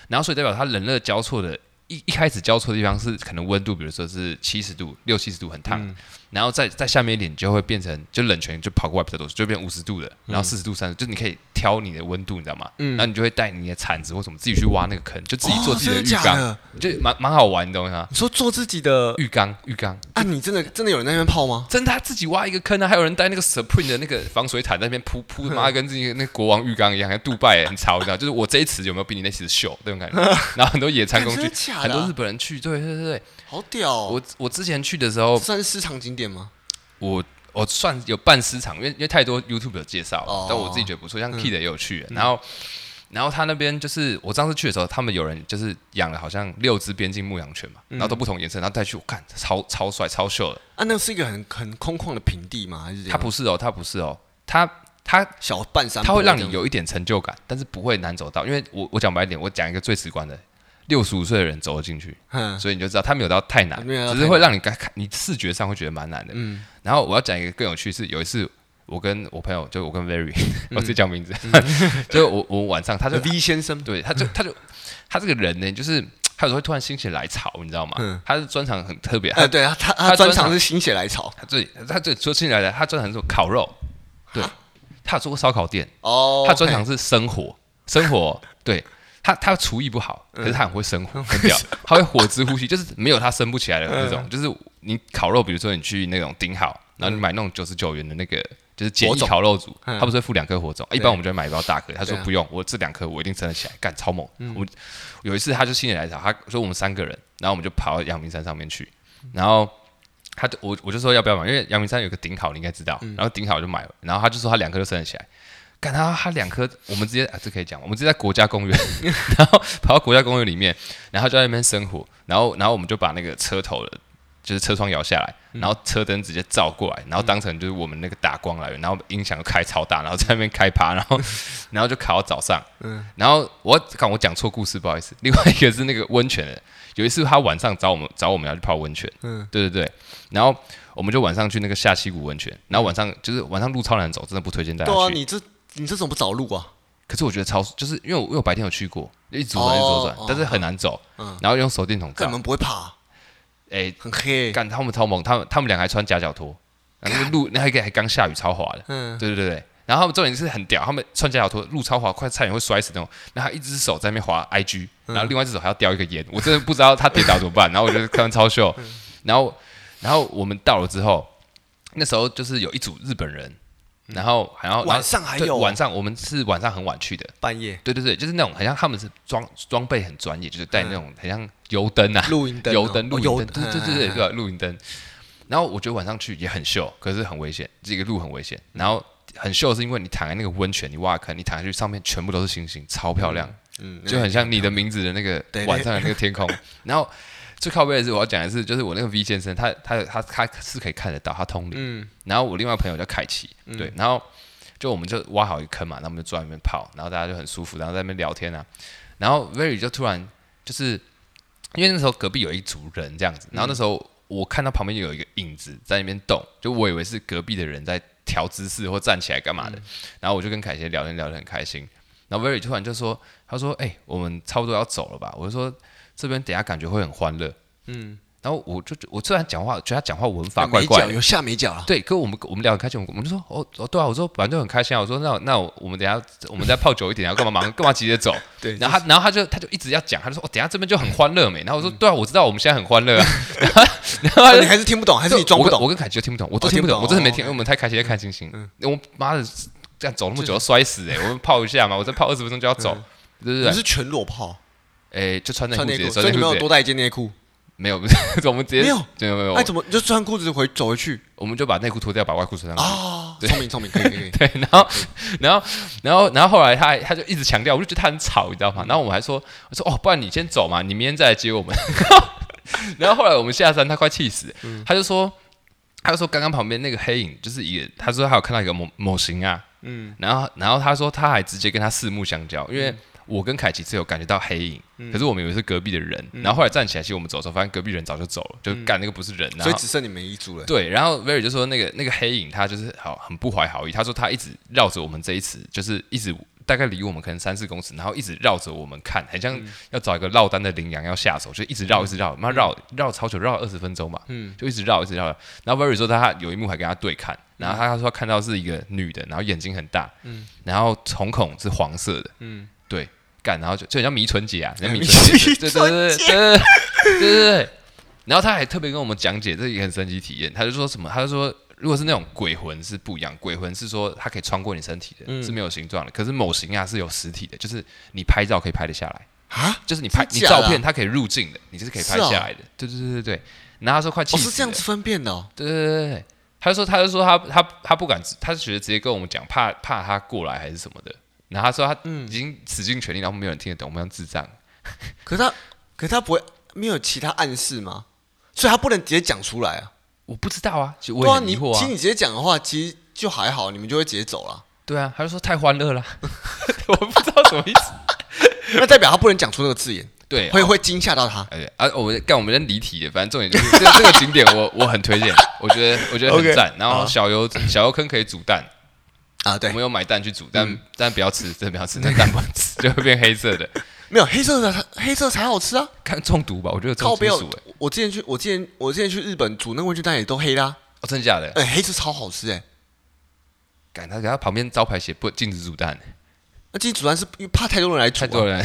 S1: 然后所以代表它冷热交错的，一一开始交错的地方是可能温度，比如说是七十度、六七十度很烫，
S2: 嗯
S1: 然后再再下面一点你就会变成就冷泉就跑过来比较多，就变五十度的，
S2: 嗯
S1: 然后四十度、三十，就是你可以挑你的温度，你知道吗？嗯，然后你就会带你的铲子或什么自己去挖那个坑，就自己做自己
S2: 哦
S1: 的
S2: 真
S1: 浴
S2: 假
S1: 缸，
S2: 的
S1: 就蛮蛮好玩，你懂吗？
S2: 你说做自己的
S1: 浴缸，浴缸，
S2: 啊？你真的真的有人在那边泡吗？
S1: 真的他自己挖一个坑啊，还有人带那个 Supreme 的那个防水毯在那边铺 铺，妈跟自己那国王浴缸一样，还杜拜很潮，你知道？就是我这一次有没有比你那次秀那种感觉？然后很多野餐工具
S2: 真的假，的啊
S1: 很多日本人去，对对对对，
S2: 好屌哦！
S1: 我我之前去的时
S2: 这
S1: 候，
S2: 算是市场景点吗？
S1: 我我算有半私场，因为因为太多 YouTube 有介绍了，
S2: 哦
S1: 但我自己觉得不错，像 Kid 也有去，然后。然后他那边就是我上次去的时候，他们有人就是养了好像六只边境牧羊犬嘛，然后都不同颜色，然后带去我看超超帅超秀的。
S2: 啊，那是一个很很空旷的平地吗？还是怎
S1: 他
S2: 样
S1: 不是哦，他不是哦，他他
S2: 小半山坡这样？
S1: 它会让你有一点成就感，但是不会难走到。因为我我讲白一点，我讲一个最直观的，六十五岁的人走了进去，
S2: 嗯，
S1: 所以你就知道他没有到太难，
S2: 没有到
S1: 只
S2: 太难嗯
S1: 是会让你感你视觉上会觉得蛮难的。然后我要讲一个更有趣是，有一次我跟我朋友，就我跟 Very，、我自己讲名字，就我我晚上他就
S2: 嗯 V 先生
S1: 对，他就他就他这个人呢，就是他有时候会突然心血来潮，你知道吗？
S2: 嗯
S1: 他的专长很特别，他
S2: 呃，对啊，他
S1: 他
S2: 他
S1: 专
S2: 专长
S1: 长
S2: 是心血来潮
S1: 他最他最说起来的，他专长是烤肉，
S2: 啊
S1: 对，他有做过烧烤店。
S2: 哦。
S1: 他专长是生活，生活对他他厨艺不好，
S2: 嗯
S1: 可是他很会生 活，很屌，他会火之呼吸，就是没有他生不起来的那
S2: 嗯
S1: 种。 就是你烤肉，比如说你去那种顶好，然后你买那种九十九元的那个。就是简易
S2: 火种
S1: 烤肉组，
S2: 嗯
S1: 他不是会付两颗火种，一般我们就会买一包大颗。他说
S2: 对啊嗯
S1: 不用，我这两颗我一定撑得起来，干超猛。我有一次他就心血来潮，他说我们三个人，然后我们就跑到阳明山上面去，然后他就我我就说要不要买，因为阳明山有个顶好，你应该知道，
S2: 嗯
S1: 然后顶好我就买了，然后他就说他两颗就升得起来，干他他两颗，我们直接啊这可以讲，我们直接在国家公园，然后跑到国家公园里面，然后就在那边生火，然后然后我们就把那个车头的。就是车窗摇下来，
S2: 嗯
S1: 然后车灯直接照过来，然后当成就是我们那个打光来源，然后音响就开超大，然后在那边开趴，然 后然后就烤到早上。
S2: 嗯
S1: 然后我刚我讲错故事，不好意思。另外一个是那个温泉的，有一次他晚上找我们找我们要去泡温泉，嗯，对对对，然后我们就晚上去那个下溪谷温泉，然后晚上就是晚上路超难走，真的不推荐大家
S2: 对啊，
S1: 去。
S2: 你这你这怎么找路啊？
S1: 可是我觉得超，就是因为我因为我白天有去过，一直左转一直左转
S2: 哦，
S1: 但是很难走
S2: 嗯，
S1: 然后用手电筒
S2: 干
S1: 照
S2: 你，们不会怕，
S1: 哎，
S2: 很黑。
S1: 干他们超猛，他们他们俩还穿夹脚拖，然后那个路那还还刚下雨超滑的，
S2: 嗯，
S1: 对对对对，然后他们重点是很屌，他们穿假脚拖路超滑，快差点会摔死那种。然后他一只手在那边滑 IG，然后
S2: 嗯
S1: 另外一只手还要叼一个烟，我真的不知道他跌倒怎么办。然后我就看完超秀，
S2: 嗯
S1: 然后然后我们到了之后，那时候就是有一组日本人，然后还要
S2: 嗯晚上还有
S1: 对晚上我们是晚上很晚去的，
S2: 半夜
S1: 对对对，就是那种好像他们是装装备很专业，就是带那种很像油灯啊、
S2: 露营灯哦
S1: 油灯、露
S2: 哦
S1: 营
S2: 油
S1: 灯，对对对对
S2: 嗯嗯嗯
S1: 对吧，露营灯。然后我觉得晚上去也很秀，可是很危险，这个路很危险。然后很秀是因为你躺在那个温泉，你挖坑，你躺下去上面全部都是星星，超漂亮，
S2: 嗯
S1: 就很像你的名字的那个
S2: 对对
S1: 晚上的那个天 空。然后最靠背的是我要讲的是，就是我那个 V 先生，他他他他是可以看得到，他通灵。
S2: 嗯
S1: 然后我另外朋友叫凯奇，对，然后就我们就挖好一个坑嘛，然后我们就坐在那边泡，然后大家就很舒服，然后在那边聊天啊，然后 Very 就突然就是因为那时候隔壁有一组人这样
S2: 嗯
S1: 子，然后那时候我看到旁边有一个影子在那边动，就我以为是隔壁的人在调姿势或站起来干嘛
S2: 嗯
S1: 的，然后我就跟凯奇聊天聊得很开心，然后 Very 突然就说，他说：“哎、我们差不多要走了吧？”我就说：“这边等一下感觉会很欢乐。”
S2: 嗯，
S1: 然后我就我虽然讲话，觉得他讲话文法
S2: 有
S1: 怪
S2: 眉
S1: 怪
S2: 角
S1: 的，
S2: 哎有下啊眉角了，
S1: 对，跟我们我们聊得很开心，我们就说哦哦对啊，我说反正就很开心啊，我说那那我我们等一下我们再泡久一点啊，然后干嘛忙干嘛急着走？
S2: 对嗯
S1: 然后他然后他就他就一直要讲，他就说哦等一下这边就很欢乐没？然后我说对啊，我知道我们现在很欢乐 啊，然后然后
S2: 哦
S1: 他
S2: 你
S1: 啊就。
S2: 还是听不懂，还是你装不
S1: 我跟
S2: 懂？
S1: 我跟凯奇就听不懂，我都
S2: 哦
S1: 听不懂，
S2: 听不懂
S1: 我真的没听，因
S2: 哦嗯
S1: 为我们太开心在看星星。我妈的，这样走那么久要摔死哎！我们泡一下嘛，我再泡二十分钟就要走，对不
S2: 你
S1: 对
S2: 们？嗯是全裸泡，
S1: 哎，就穿内裤
S2: 穿
S1: 直
S2: 内
S1: 接
S2: 裤，
S1: 穿
S2: 所以
S1: 内
S2: 你
S1: 裤
S2: 们有
S1: 直接
S2: 多带一件内裤？
S1: 没有，不是 我们直接
S2: 没有
S1: 对没有没有，
S2: 哎，怎么就穿裤子回走回去
S1: 我们就把内裤脱掉，把外裤穿上去。
S2: 啊？聪明聪明，可以可以 可以。
S1: 对，然后， 然后，然后，然后后来他还他就一直强调，我就觉得他很吵，你知道吗？然后我还说，我说哦，不然你先走嘛，你明天再来接我们。 然后后来我们下山，他快气死，他就说，他就说刚刚旁边那个黑影就是一个，他说他有看到一个某某型啊，嗯，然后然后他说他还直接跟他四目相交，因为我跟凯奇是有感觉到黑影，可是我们以为是隔壁的人，然后后来站起来，其实我们走的时候发现隔壁人早就走了，就干那个不是人，然啊
S2: 所
S1: 后啊
S2: 以只剩你们一组了。
S1: 对，然后 Very 就说那个那个黑影他就是好很不怀好意，他说他一直绕着我们这一次，就是一直大概离我们可能三四公尺，然后一直绕着我们看，很像要找一个落单的羚羊要下手，就一直绕一直绕，妈绕绕超久，绕了二十分钟吧，嗯，就一直绕一直绕。然后 Very 说他有一幕还跟他对看，然后他说看到是一个女的，然后眼睛很大，嗯，然后瞳孔是黄色的，嗯，对，干，然后就就很像迷唇姐啊，很像 迷唇姐，对对对对对对对对。然后他还特别跟我们讲解这一个很神奇体验，他就说什么？他就说，如果是那种鬼魂是不一样，鬼魂是说它可以穿过你身体的，
S2: 嗯
S1: 是没有形状的。可是某形啊是有实体的，就是你拍照可以拍得下来，
S2: 啊？
S1: 就是你拍你
S2: 真假的啊
S1: 照片它可以入镜的，你就是可以拍
S2: 是哦
S1: 下来的。对对对对对。然后他说快气
S2: 哦，
S1: 死了、
S2: 是这样子分辨的哦。
S1: 对对对对对，他就说他就说他他他不敢，他就觉得直接跟我们讲，怕怕他过来还是什么的。然后他说他
S2: 嗯
S1: 已经使尽全力，然后没有人听得懂，我们像智障。
S2: 可是他，可是他不会没有其他暗示吗？所以他不能直接讲出来啊。
S1: 我不知道啊，其实我
S2: 对
S1: 也
S2: 啊，
S1: 很
S2: 你
S1: 疑惑啊。
S2: 其实你直接讲的话，其实就还好，你们就会直接走了。
S1: 对啊，他就说太欢乐了， 我不知道什么意思。
S2: 那代表他不能讲出那个字眼，
S1: 对，哦
S2: 会会惊吓到他。
S1: 哎对啊，我们干我们先离题了，反正重点就是这这个景点我我很推荐，我觉得我觉得很
S2: OK，
S1: 赞。然后
S2: 好
S1: 小油小油坑可以煮蛋，
S2: 啊，
S1: 我
S2: 对
S1: 们，有买蛋去煮，
S2: 嗯
S1: 但但不要吃，真的不要吃，那蛋不能吃，就会变黑色的，
S2: 没有黑色的才，黑色才好吃啊！
S1: 看中毒吧，我觉得有
S2: 靠
S1: 中
S2: 边
S1: 金
S2: 哦
S1: 属哎，，
S2: 我之前去，我之前我之前去日本煮那个温泉蛋也都黑的啊，
S1: 哦真的假的？
S2: 哎，黑色超好吃哎。
S1: 赶他给他旁边招牌写不禁止煮蛋，
S2: 啊那今天煮蛋是因为怕太多人来煮
S1: 太
S2: 啊，
S1: 多人 了，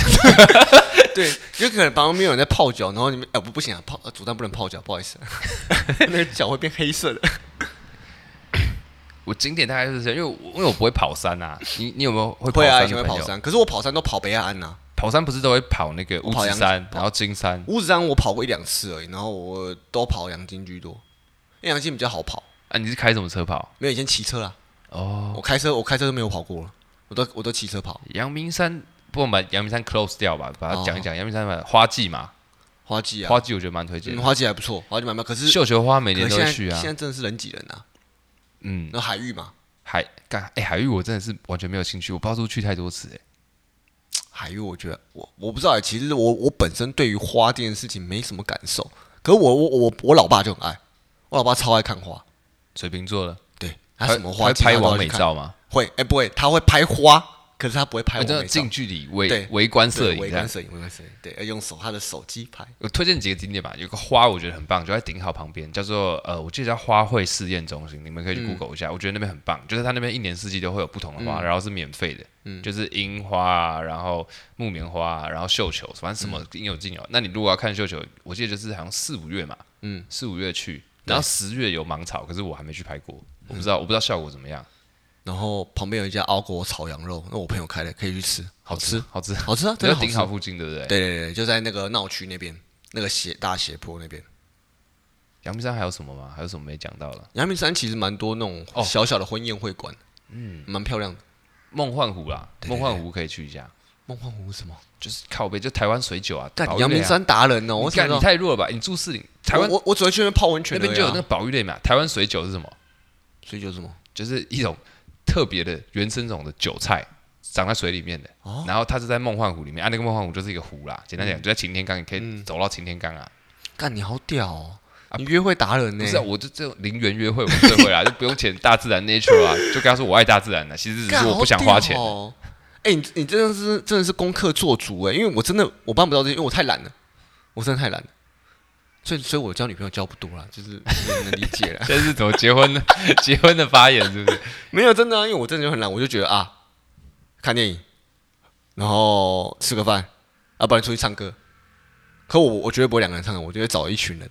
S2: 对，有可能旁边有人在泡脚，然后你们哎不不行啊，泡呃煮蛋不能泡脚，不好意思， 那个脚会变黑色的。
S1: 我景点大概就是这样，因为我因为我不会跑山啊，你你有没有会跑
S2: 会啊，以
S1: 山
S2: 前
S1: 的
S2: 会
S1: 朋
S2: 跑
S1: 友？
S2: 山，可是我跑山都跑北海岸呐、
S1: 跑山不是都会跑那个
S2: 我
S1: 五
S2: 跑
S1: 指
S2: 阳
S1: 山，然后金山，
S2: 五指山我跑过一两次而已，然后我都跑阳金居多，因为阳金比较好跑。
S1: 啊你是开什么车跑？
S2: 没有以前骑车啦，
S1: 哦，
S2: 我开车我开车都没有跑过了，我都我都骑车跑。
S1: 阳明山，不我们把阳明山 close 掉吧，把它
S2: 哦
S1: 讲一讲。阳明山嘛，花季嘛，
S2: 花季啊，
S1: 花季我觉得蛮推荐
S2: 嗯
S1: 的。
S2: 花季还不错，花季蛮妙。可是
S1: 绣球花每
S2: 可
S1: 年
S2: 是
S1: 都
S2: 现
S1: 会
S2: 在
S1: 去啊
S2: 现。在真的是人挤人啊，
S1: 嗯，
S2: 那海域嘛，
S1: 海干哎、海域我真的是完全没有兴趣，我不知道是不是去太多次哎、
S2: 海域我觉得我我不知道欸，其实我我本身对于花这件事情没什么感受，可是我我我我老爸就很爱，我老爸超爱看花，
S1: 水瓶座了，
S2: 啊对他什么
S1: 还
S2: 花
S1: 会
S2: 季
S1: 拍
S2: 他都要
S1: 完
S2: 去
S1: 美
S2: 看
S1: 照吗？
S2: 会哎、不会，他会拍花可是他不会拍我
S1: 反正
S2: 美照
S1: 近。距离围
S2: 对
S1: 围观摄
S2: 对，
S1: 影
S2: 微
S1: 这
S2: 观
S1: 样。
S2: 摄影，微观摄影，对，要用手他的手机拍。
S1: 我推荐几个景点吧，有个花我觉得很棒，就在顶好旁边，叫做呃，我记得叫花卉试验中心，你们
S2: 嗯
S1: 可以去 Google 一下，我觉得那边很棒，就是它那边一年四季都会有不同的花，然后是免费的，就是樱花啊，然后木棉花啊，然后绣球，反正什
S2: 嗯
S1: 么应有尽有。那你如果要看绣球，我记得就是好像四五月嘛，嗯，四五月去，然后十月有芒草，可是我还没去拍过，我不知道我
S2: 嗯
S1: 不知道效果怎么样，
S2: 然后旁边有一家熬果炒羊肉，那我朋友开的，可以去吃，好吃，
S1: 好吃，
S2: 好吃啊，
S1: 你 在
S2: 真的好
S1: 顶
S2: 吃。
S1: 好附近对不对？
S2: 对对对，就在那个闹区那边，那个斜大斜坡那边，
S1: 阳明山还有什么吗？还有什么没讲到了？
S2: 阳明山其实蛮多那种
S1: 哦
S2: 小小的婚宴会馆，嗯，蛮漂亮的。
S1: 梦幻湖啦，梦幻湖可以去一下。
S2: 梦幻湖什么？
S1: 就是靠背，就台湾水酒啊，
S2: 干
S1: 保育类啊
S2: 阳明，山达人哦，
S1: 你
S2: 我
S1: 干
S2: 感
S1: 你
S2: 觉
S1: 太弱了吧？你住四零，台湾
S2: 我我我只会去那边泡温泉
S1: 那
S2: 而已啊，
S1: 边就有那个保育类嘛。台湾水酒是什么？
S2: 水酒什么？
S1: 就是一种特别的原生种的韭菜，长在水里面的。
S2: 哦嗯
S1: 然后它是在梦幻湖里面，啊，那个梦幻湖就是一个湖啦，简单讲，就在擎天岗，你可以走到擎天岗啊。
S2: 干你好屌哦！你约会达人呢
S1: 不？是啊，我就这种零元约会，我最会啦，就不用钱，大自然 nature 啊， 就跟他说我爱大自然的，其实只
S2: 干
S1: 是我不想花钱
S2: 好屌。哦。哎，你你真的是真的是功课做足哎，因为我真的我办不到这些，因为我太懒了，我真的太懒了，所以所以我交女朋友交不多啦，就是你能理解啦。
S1: 这是怎么结婚的？ 结婚的发言是不是？
S2: 没有真的啊、因为我真的就很懒，我就觉得啊，看电影，然后吃个饭，啊，不然出去唱歌。可我我绝对不会两个人唱歌，我就会找一群人。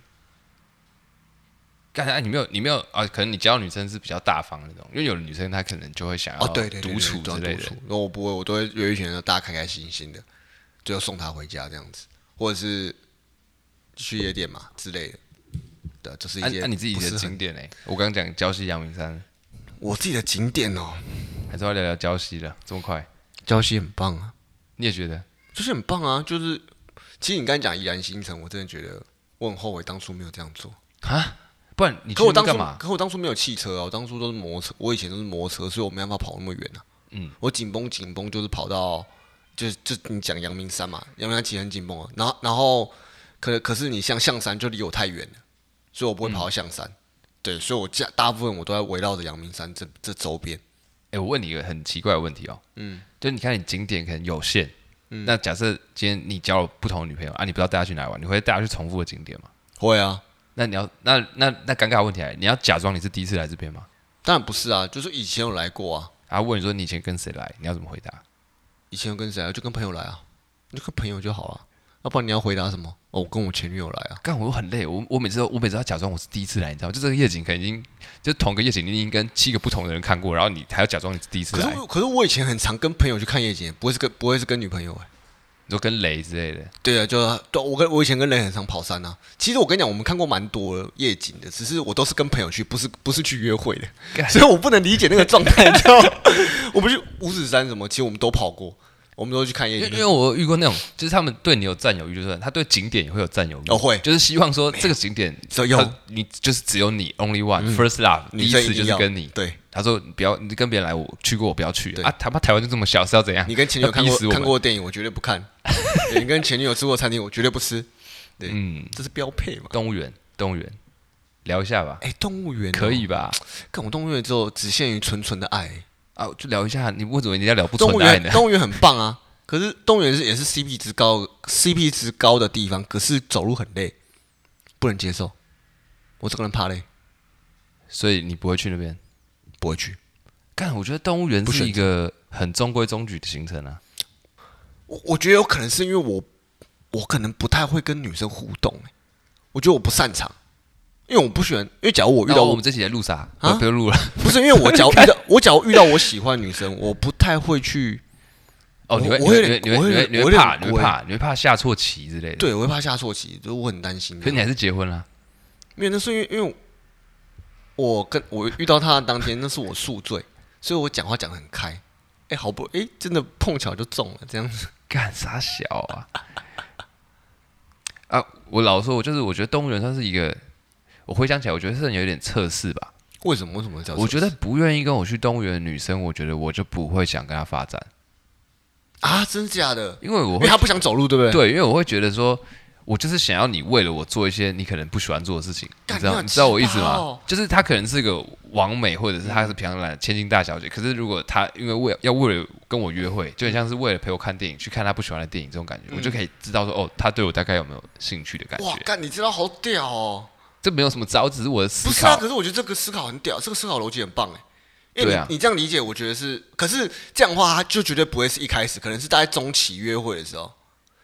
S1: 刚才你没有，你没有啊？可能你教女生是比较大方那种，因为有的女生她可能就会想要
S2: 哦，对对对，
S1: 独处之类的。。
S2: 的然后我不会，我都会约一群人，大家开开心心的，最后送他回家这样子，或者是去夜店嘛之类的。对，啊这是一
S1: 按
S2: 件。
S1: 啊按你自己
S2: 不
S1: 的
S2: 是很
S1: 景点哎，我刚刚讲礁溪、阳明山，
S2: 我自己的景点哦，
S1: 还是要聊聊礁溪了，这么快？
S2: 礁溪很棒啊，
S1: 你也觉得？
S2: 就是很棒啊，就是其实你刚才讲宜兰新城，我真的觉得我很后悔当初没有这样做。
S1: 不然你去
S2: 可我
S1: 那
S2: 当
S1: 边
S2: 初
S1: 干嘛？
S2: 可我当初没有汽车啊，我当初都是摩托车，我以前都是摩托车，所以我没办法跑那么远啊。
S1: 嗯，
S2: 我紧绷紧绷，就是跑到，就是就你讲阳明山嘛，阳明山其实很紧绷啊。然后然后，可可是你像象山就离我太远了，所以我不会跑到象山。
S1: 嗯
S2: 对，所以我家大部分我都在围绕着阳明山这这周边。
S1: 哎，我问你一个很奇怪的问题哦，
S2: 嗯，
S1: 就是你看你景点可能有限，那假设今天你交了不同的女朋友啊，你不知道带她去哪里玩，你会带她去重复的景点吗？
S2: 会啊，
S1: 那你要那那那尴尬的问题来了，你要假装你是第一次来这边吗？
S2: 当然不是啊，就是以前有来过啊，
S1: 啊，问你说你以前跟谁来，你要怎么回答？
S2: 以前有跟谁来，就跟朋友来啊，你就跟朋友就好了。要不然你要回答什么？哦，我跟我前女友来啊。
S1: 干，我很累，我我每次都我每次都要假装我是第一次来，你知道吗？就这个夜景可能已经就同个夜景，你已经跟七个不同的人看过，然后你还要假装你是第一次
S2: 可是
S1: 来，
S2: 我可是我以前很常跟朋友去看夜景，不会是跟不会是跟女朋友哎、
S1: 你说跟雷之类的，
S2: 对啊，就对我跟我以前跟人很常跑山啊。其实我跟你讲，我们看过蛮多夜景的，只是我都是跟朋友去，不是不是去约会的，
S1: 干
S2: 所以我不能理解那个状态，你知道吗？ 我不去五指山什么，其实我们都跑过，我们都去看夜
S1: 因为因
S2: 景。
S1: 为我遇过那种，就是他们对你有占有欲，就是他对景点也会有占有欲，
S2: 哦会
S1: 就是希望说这个景点
S2: 只有嗯
S1: 他你就是只有你 only one、first love，第
S2: 女
S1: 一
S2: 生
S1: 次
S2: 定
S1: 就是
S2: 要
S1: 跟你。
S2: 对
S1: 他说：“你不要，你跟别人来，我去过，我不要去
S2: 对
S1: 啊！他妈台湾就这么小，是要怎样？
S2: 你跟前女友
S1: 要
S2: 看
S1: 逼
S2: 过
S1: 死我们
S2: 看过的电影，我绝对不看；对你跟前女友吃过餐厅，我绝对不吃。对，
S1: 嗯
S2: 这是标配嘛？
S1: 动物园，动物园，聊一下吧，
S2: 哎、动物园哦
S1: 可，以吧？
S2: 看我动物园之后只限于纯纯的爱。
S1: 啊，就聊一下，你为什么人家聊不
S2: 动
S1: 纯
S2: 物
S1: 的爱
S2: 园
S1: 呢？
S2: 动物园很棒啊，可是动物园是也是 CP 值高 CP 值高的地方，可是走路很累，不能接受。我这个人怕累，
S1: 所以你不会去那边。
S2: 不会去。
S1: 干，我觉得动物园
S2: 不选
S1: 是
S2: 择
S1: 一个很中规中矩的行程啊。
S2: 我我觉得有可能是因为我我可能不太会跟女生互动、欸我觉得我不擅长，因为我不喜欢。因为假如我遇
S1: 那
S2: 到
S1: 我
S2: 我
S1: 们这期来录啥？
S2: 啊
S1: 啊，不要录了。
S2: 不是因为我 假如遇到我假如遇到我喜欢的女生，我不太会去，
S1: 哦，你会，你
S2: 我我有
S1: 会，
S2: 点
S1: 你会，
S2: 我有
S1: 你会
S2: 点，
S1: 你会
S2: 我有点
S1: 怕，你会
S2: 龟
S1: 怕，你会怕下错棋之类的。
S2: 对我会怕下错棋，就是我很担心。
S1: 可是你还是结婚啊了，
S2: 没有，那是因为因为我跟我遇到他的当天，那是我宿醉，所以我讲话讲得很开。哎、好不，哎、真的碰巧就中了这样子。
S1: 干啥小啊？ 啊，我老实说，我就是我觉得动物园算是一个，我回想起来，我觉得是有点测试吧。
S2: 为什么？为什么叫？
S1: 我觉得不愿意跟我去动物园的女生，我觉得我就不会想跟她发展，
S2: 啊，真的假的？
S1: 因为我会
S2: 因为他不想走路，对不对？
S1: 对，因为我会觉得说，我就是想要你为了我做一些你可能不喜欢做的事情，你
S2: 干
S1: 知道
S2: 你好
S1: 你知道我意思
S2: 奇葩
S1: 吗？
S2: 哦
S1: 就是她可能是个王美，或者是她是漂亮的千金大小姐，可是如果她因为为要为了跟我约会，就很像是为了陪我看电影去看她不喜欢的电影这种感觉，我就可以知道说哦，她对我大概有没有兴趣的感
S2: 嗯哇，
S1: 觉。
S2: 干，你知道好屌哦！
S1: 这没有什么招，只是我的思
S2: 不是啊，
S1: 考
S2: 可。是我觉得这个思考很屌，这个思考逻辑很棒哎。因为
S1: 对
S2: 你、
S1: 啊
S2: 你这样理解，我觉得是，可是这样的话，他就绝对不会是一开始，可能是大概中期约会的时候，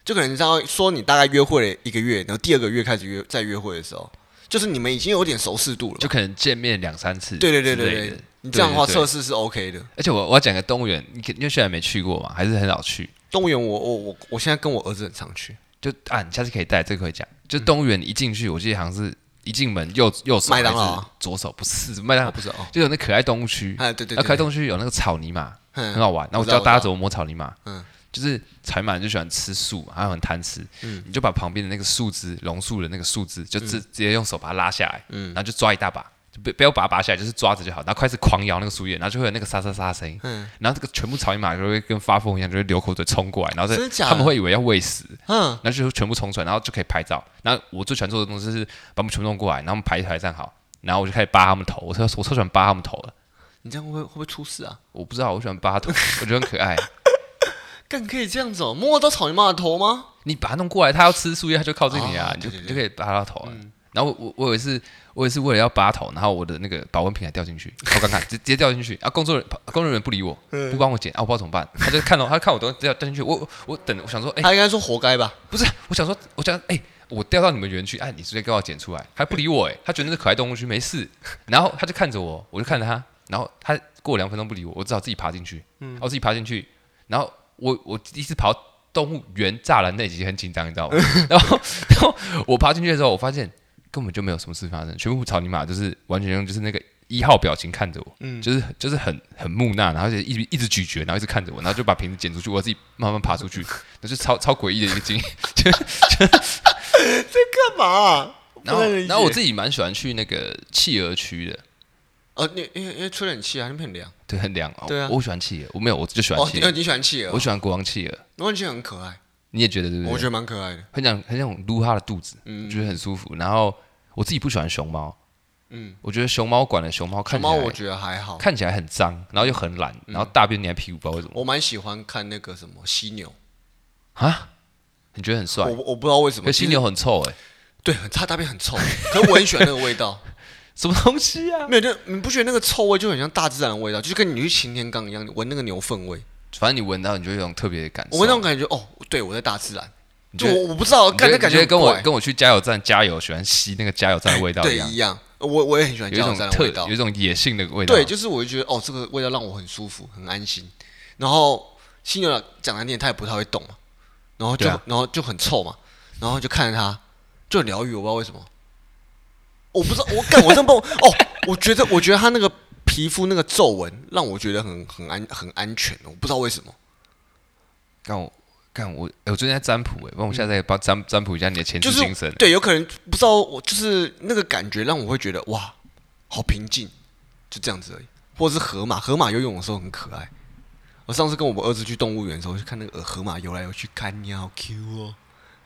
S2: 就可能这样说你大概约会了一个月，然后第二个月开始约再约会的时候，就是你们已经有点熟识度了吧。
S1: 就可能见面两三次，
S2: 对对对对对，你这样的话测
S1: 试。
S2: 试是 OK 的。
S1: 而且我我要讲个动物园，你可因为虽然没去过嘛，还是很少去。
S2: 动物园我我我我现在跟我儿子很常去，
S1: 就啊，你下次可以带这个可以讲。就动物园一进去，我记得好像是一进门右右手
S2: 麦当劳啊
S1: 还是左手不是麦当劳
S2: 我不，知道，
S1: 就有那可爱动物区。啊
S2: 哎对对
S1: 那可爱
S2: 对，
S1: 动物区有那个草泥马，
S2: 嗯
S1: 很好玩。那
S2: 我
S1: 我
S2: 知道
S1: 教大
S2: 我
S1: 家
S2: 知
S1: 怎
S2: 道
S1: 么摸草泥马。
S2: 嗯
S1: 就是草泥马就喜欢吃树嘛，它很贪吃。
S2: 嗯
S1: 你就把旁边的那个树枝，榕树的那个树枝，就直直接用手把它拉下来，
S2: 嗯
S1: 然后就抓一大把。就不不要把它拔下来，就是抓着就好，然后开始狂摇那个树叶，然后就会有那个沙沙沙的声音，
S2: 嗯
S1: 然后这个全部草泥马就会跟发疯一样，就会流口水冲过来，然后
S2: 真的
S1: 再
S2: 假的
S1: 他们会以为要喂食，
S2: 嗯，
S1: 然后就全部冲出来，然后就可以拍照。然后我最喜欢做的东西就是把他们全部弄过来，然后我们排一排站好，然后我就开始扒他们头。我超我超喜欢扒他们头的，
S2: 你这样会不会会不会出事啊？
S1: 我不知道我喜欢扒他头，我觉得很可爱。
S2: 干可以这样子哦，摸得到草泥马的头吗？
S1: 你把它弄过来，它要吃树叶，它就靠近你啊，
S2: 哦
S1: 你就
S2: 对对对嗯
S1: 你就可以扒它头啊。然后我我我也是我也是为了要扒头，然后我的那个保温瓶还掉进 去，好尴尬，直直接掉进去啊！工作人工作人员不理我，
S2: 嗯
S1: 不帮我捡啊，我不知道怎么办。他就看到他看我都掉掉进去，我我我等我想说，哎、
S2: 他应该说活该吧？
S1: 不是，我想说，我想，哎、我掉到你们园区，哎、你直接给我捡出来，还不理我、哎，他觉得那是可爱动物区没事，然后他就看着我，我就看着他，然后他过两分钟不理我，我只好自己爬进去，嗯，我自己爬进去，然后我我第一次爬到动物园栅栏那集很紧张，你知道吗？ 然后然后我爬进去的时候，我发现根本就没有什么事发生，全部草泥马就是完全用就是那个。一号表情看着我，嗯，就是就是很很木讷，然后就一直一直咀嚼，然后一直看着我，然后就把瓶子捡出去，我自己慢慢爬出去，那是超超诡异的一个经历。
S2: 干嘛啊？
S1: 然后
S2: 不能理解
S1: 然后我自己蛮喜欢去那个企鹅区的，
S2: 呃，你因为因为吹冷气啊，那边很凉。
S1: 对，很凉哦。
S2: 对啊
S1: 我喜欢企鹅，我没有，我就喜欢
S2: 哦，
S1: 企
S2: 你
S1: 鹅，
S2: 你喜欢企鹅
S1: 我？喜欢国王企鹅。
S2: 我觉得企鹅很可爱，
S1: 你也觉得对不对？
S2: 我觉得蛮可爱的。
S1: 很想很想撸它的肚子，我觉得很舒服。然后我自己不喜欢熊猫，嗯，我觉得熊猫馆的熊猫
S2: 熊
S1: 看起
S2: 猫我
S1: 来
S2: 觉得嗯还好，
S1: 看起来很脏，然后又很懒，然后大便你还屁股包，为什么
S2: 我蛮喜欢看那个什么犀牛，
S1: 啊？你觉得很帅
S2: 我？我不知道为什么
S1: 可犀牛很臭哎，
S2: 就是对很它大便很臭，可是我很喜欢那个味 道。
S1: 什么东西啊？
S2: 没有，就你不觉得那个臭味就很像大自然的味道，就是跟你去擎天岗一样，你闻那个牛粪味，
S1: 反正你闻到你就有一种特别的感受。
S2: 我闻那种感觉，哦，对我在大自然，
S1: 你
S2: 就
S1: 觉得
S2: 我我不知道，
S1: 你
S2: 感
S1: 觉得
S2: 觉感
S1: 你觉
S2: 觉
S1: 得跟
S2: 很
S1: 我
S2: 怪
S1: 跟我去加油站加油，喜欢吸那个加油站的味道一
S2: 对
S1: 样
S2: 一。样，我我也很喜欢
S1: 有
S2: 这
S1: 一
S2: 样
S1: 种
S2: 子的
S1: 特
S2: 味道
S1: 有一，种野性的味道。
S2: 对，就是我就觉得哦，这个味道让我很舒服，很安心。然后犀牛讲难听，它也不太会动嘛，然后就、
S1: 对啊
S2: 然后就很臭嘛，然后就看着它就很疗愈，我不知道为什么，我不知道我干我真不哦，我觉得我觉得它那个皮肤那个皱纹让我觉得很很安很安全，我不知道为什么，
S1: 干我干我，哎我最近在占卜哎，帮我下次再帮占占卜一下你的前
S2: 嗯就
S1: 世
S2: 是
S1: 今生。
S2: 对，有可能不知道我就是那个感觉让我会觉得哇，好平静，就这样子而已。或者是河马，河马游泳的时候很可爱。我上次跟我们儿子去动物园的时候，就看那个河马游来游去，看你好 Q 哦，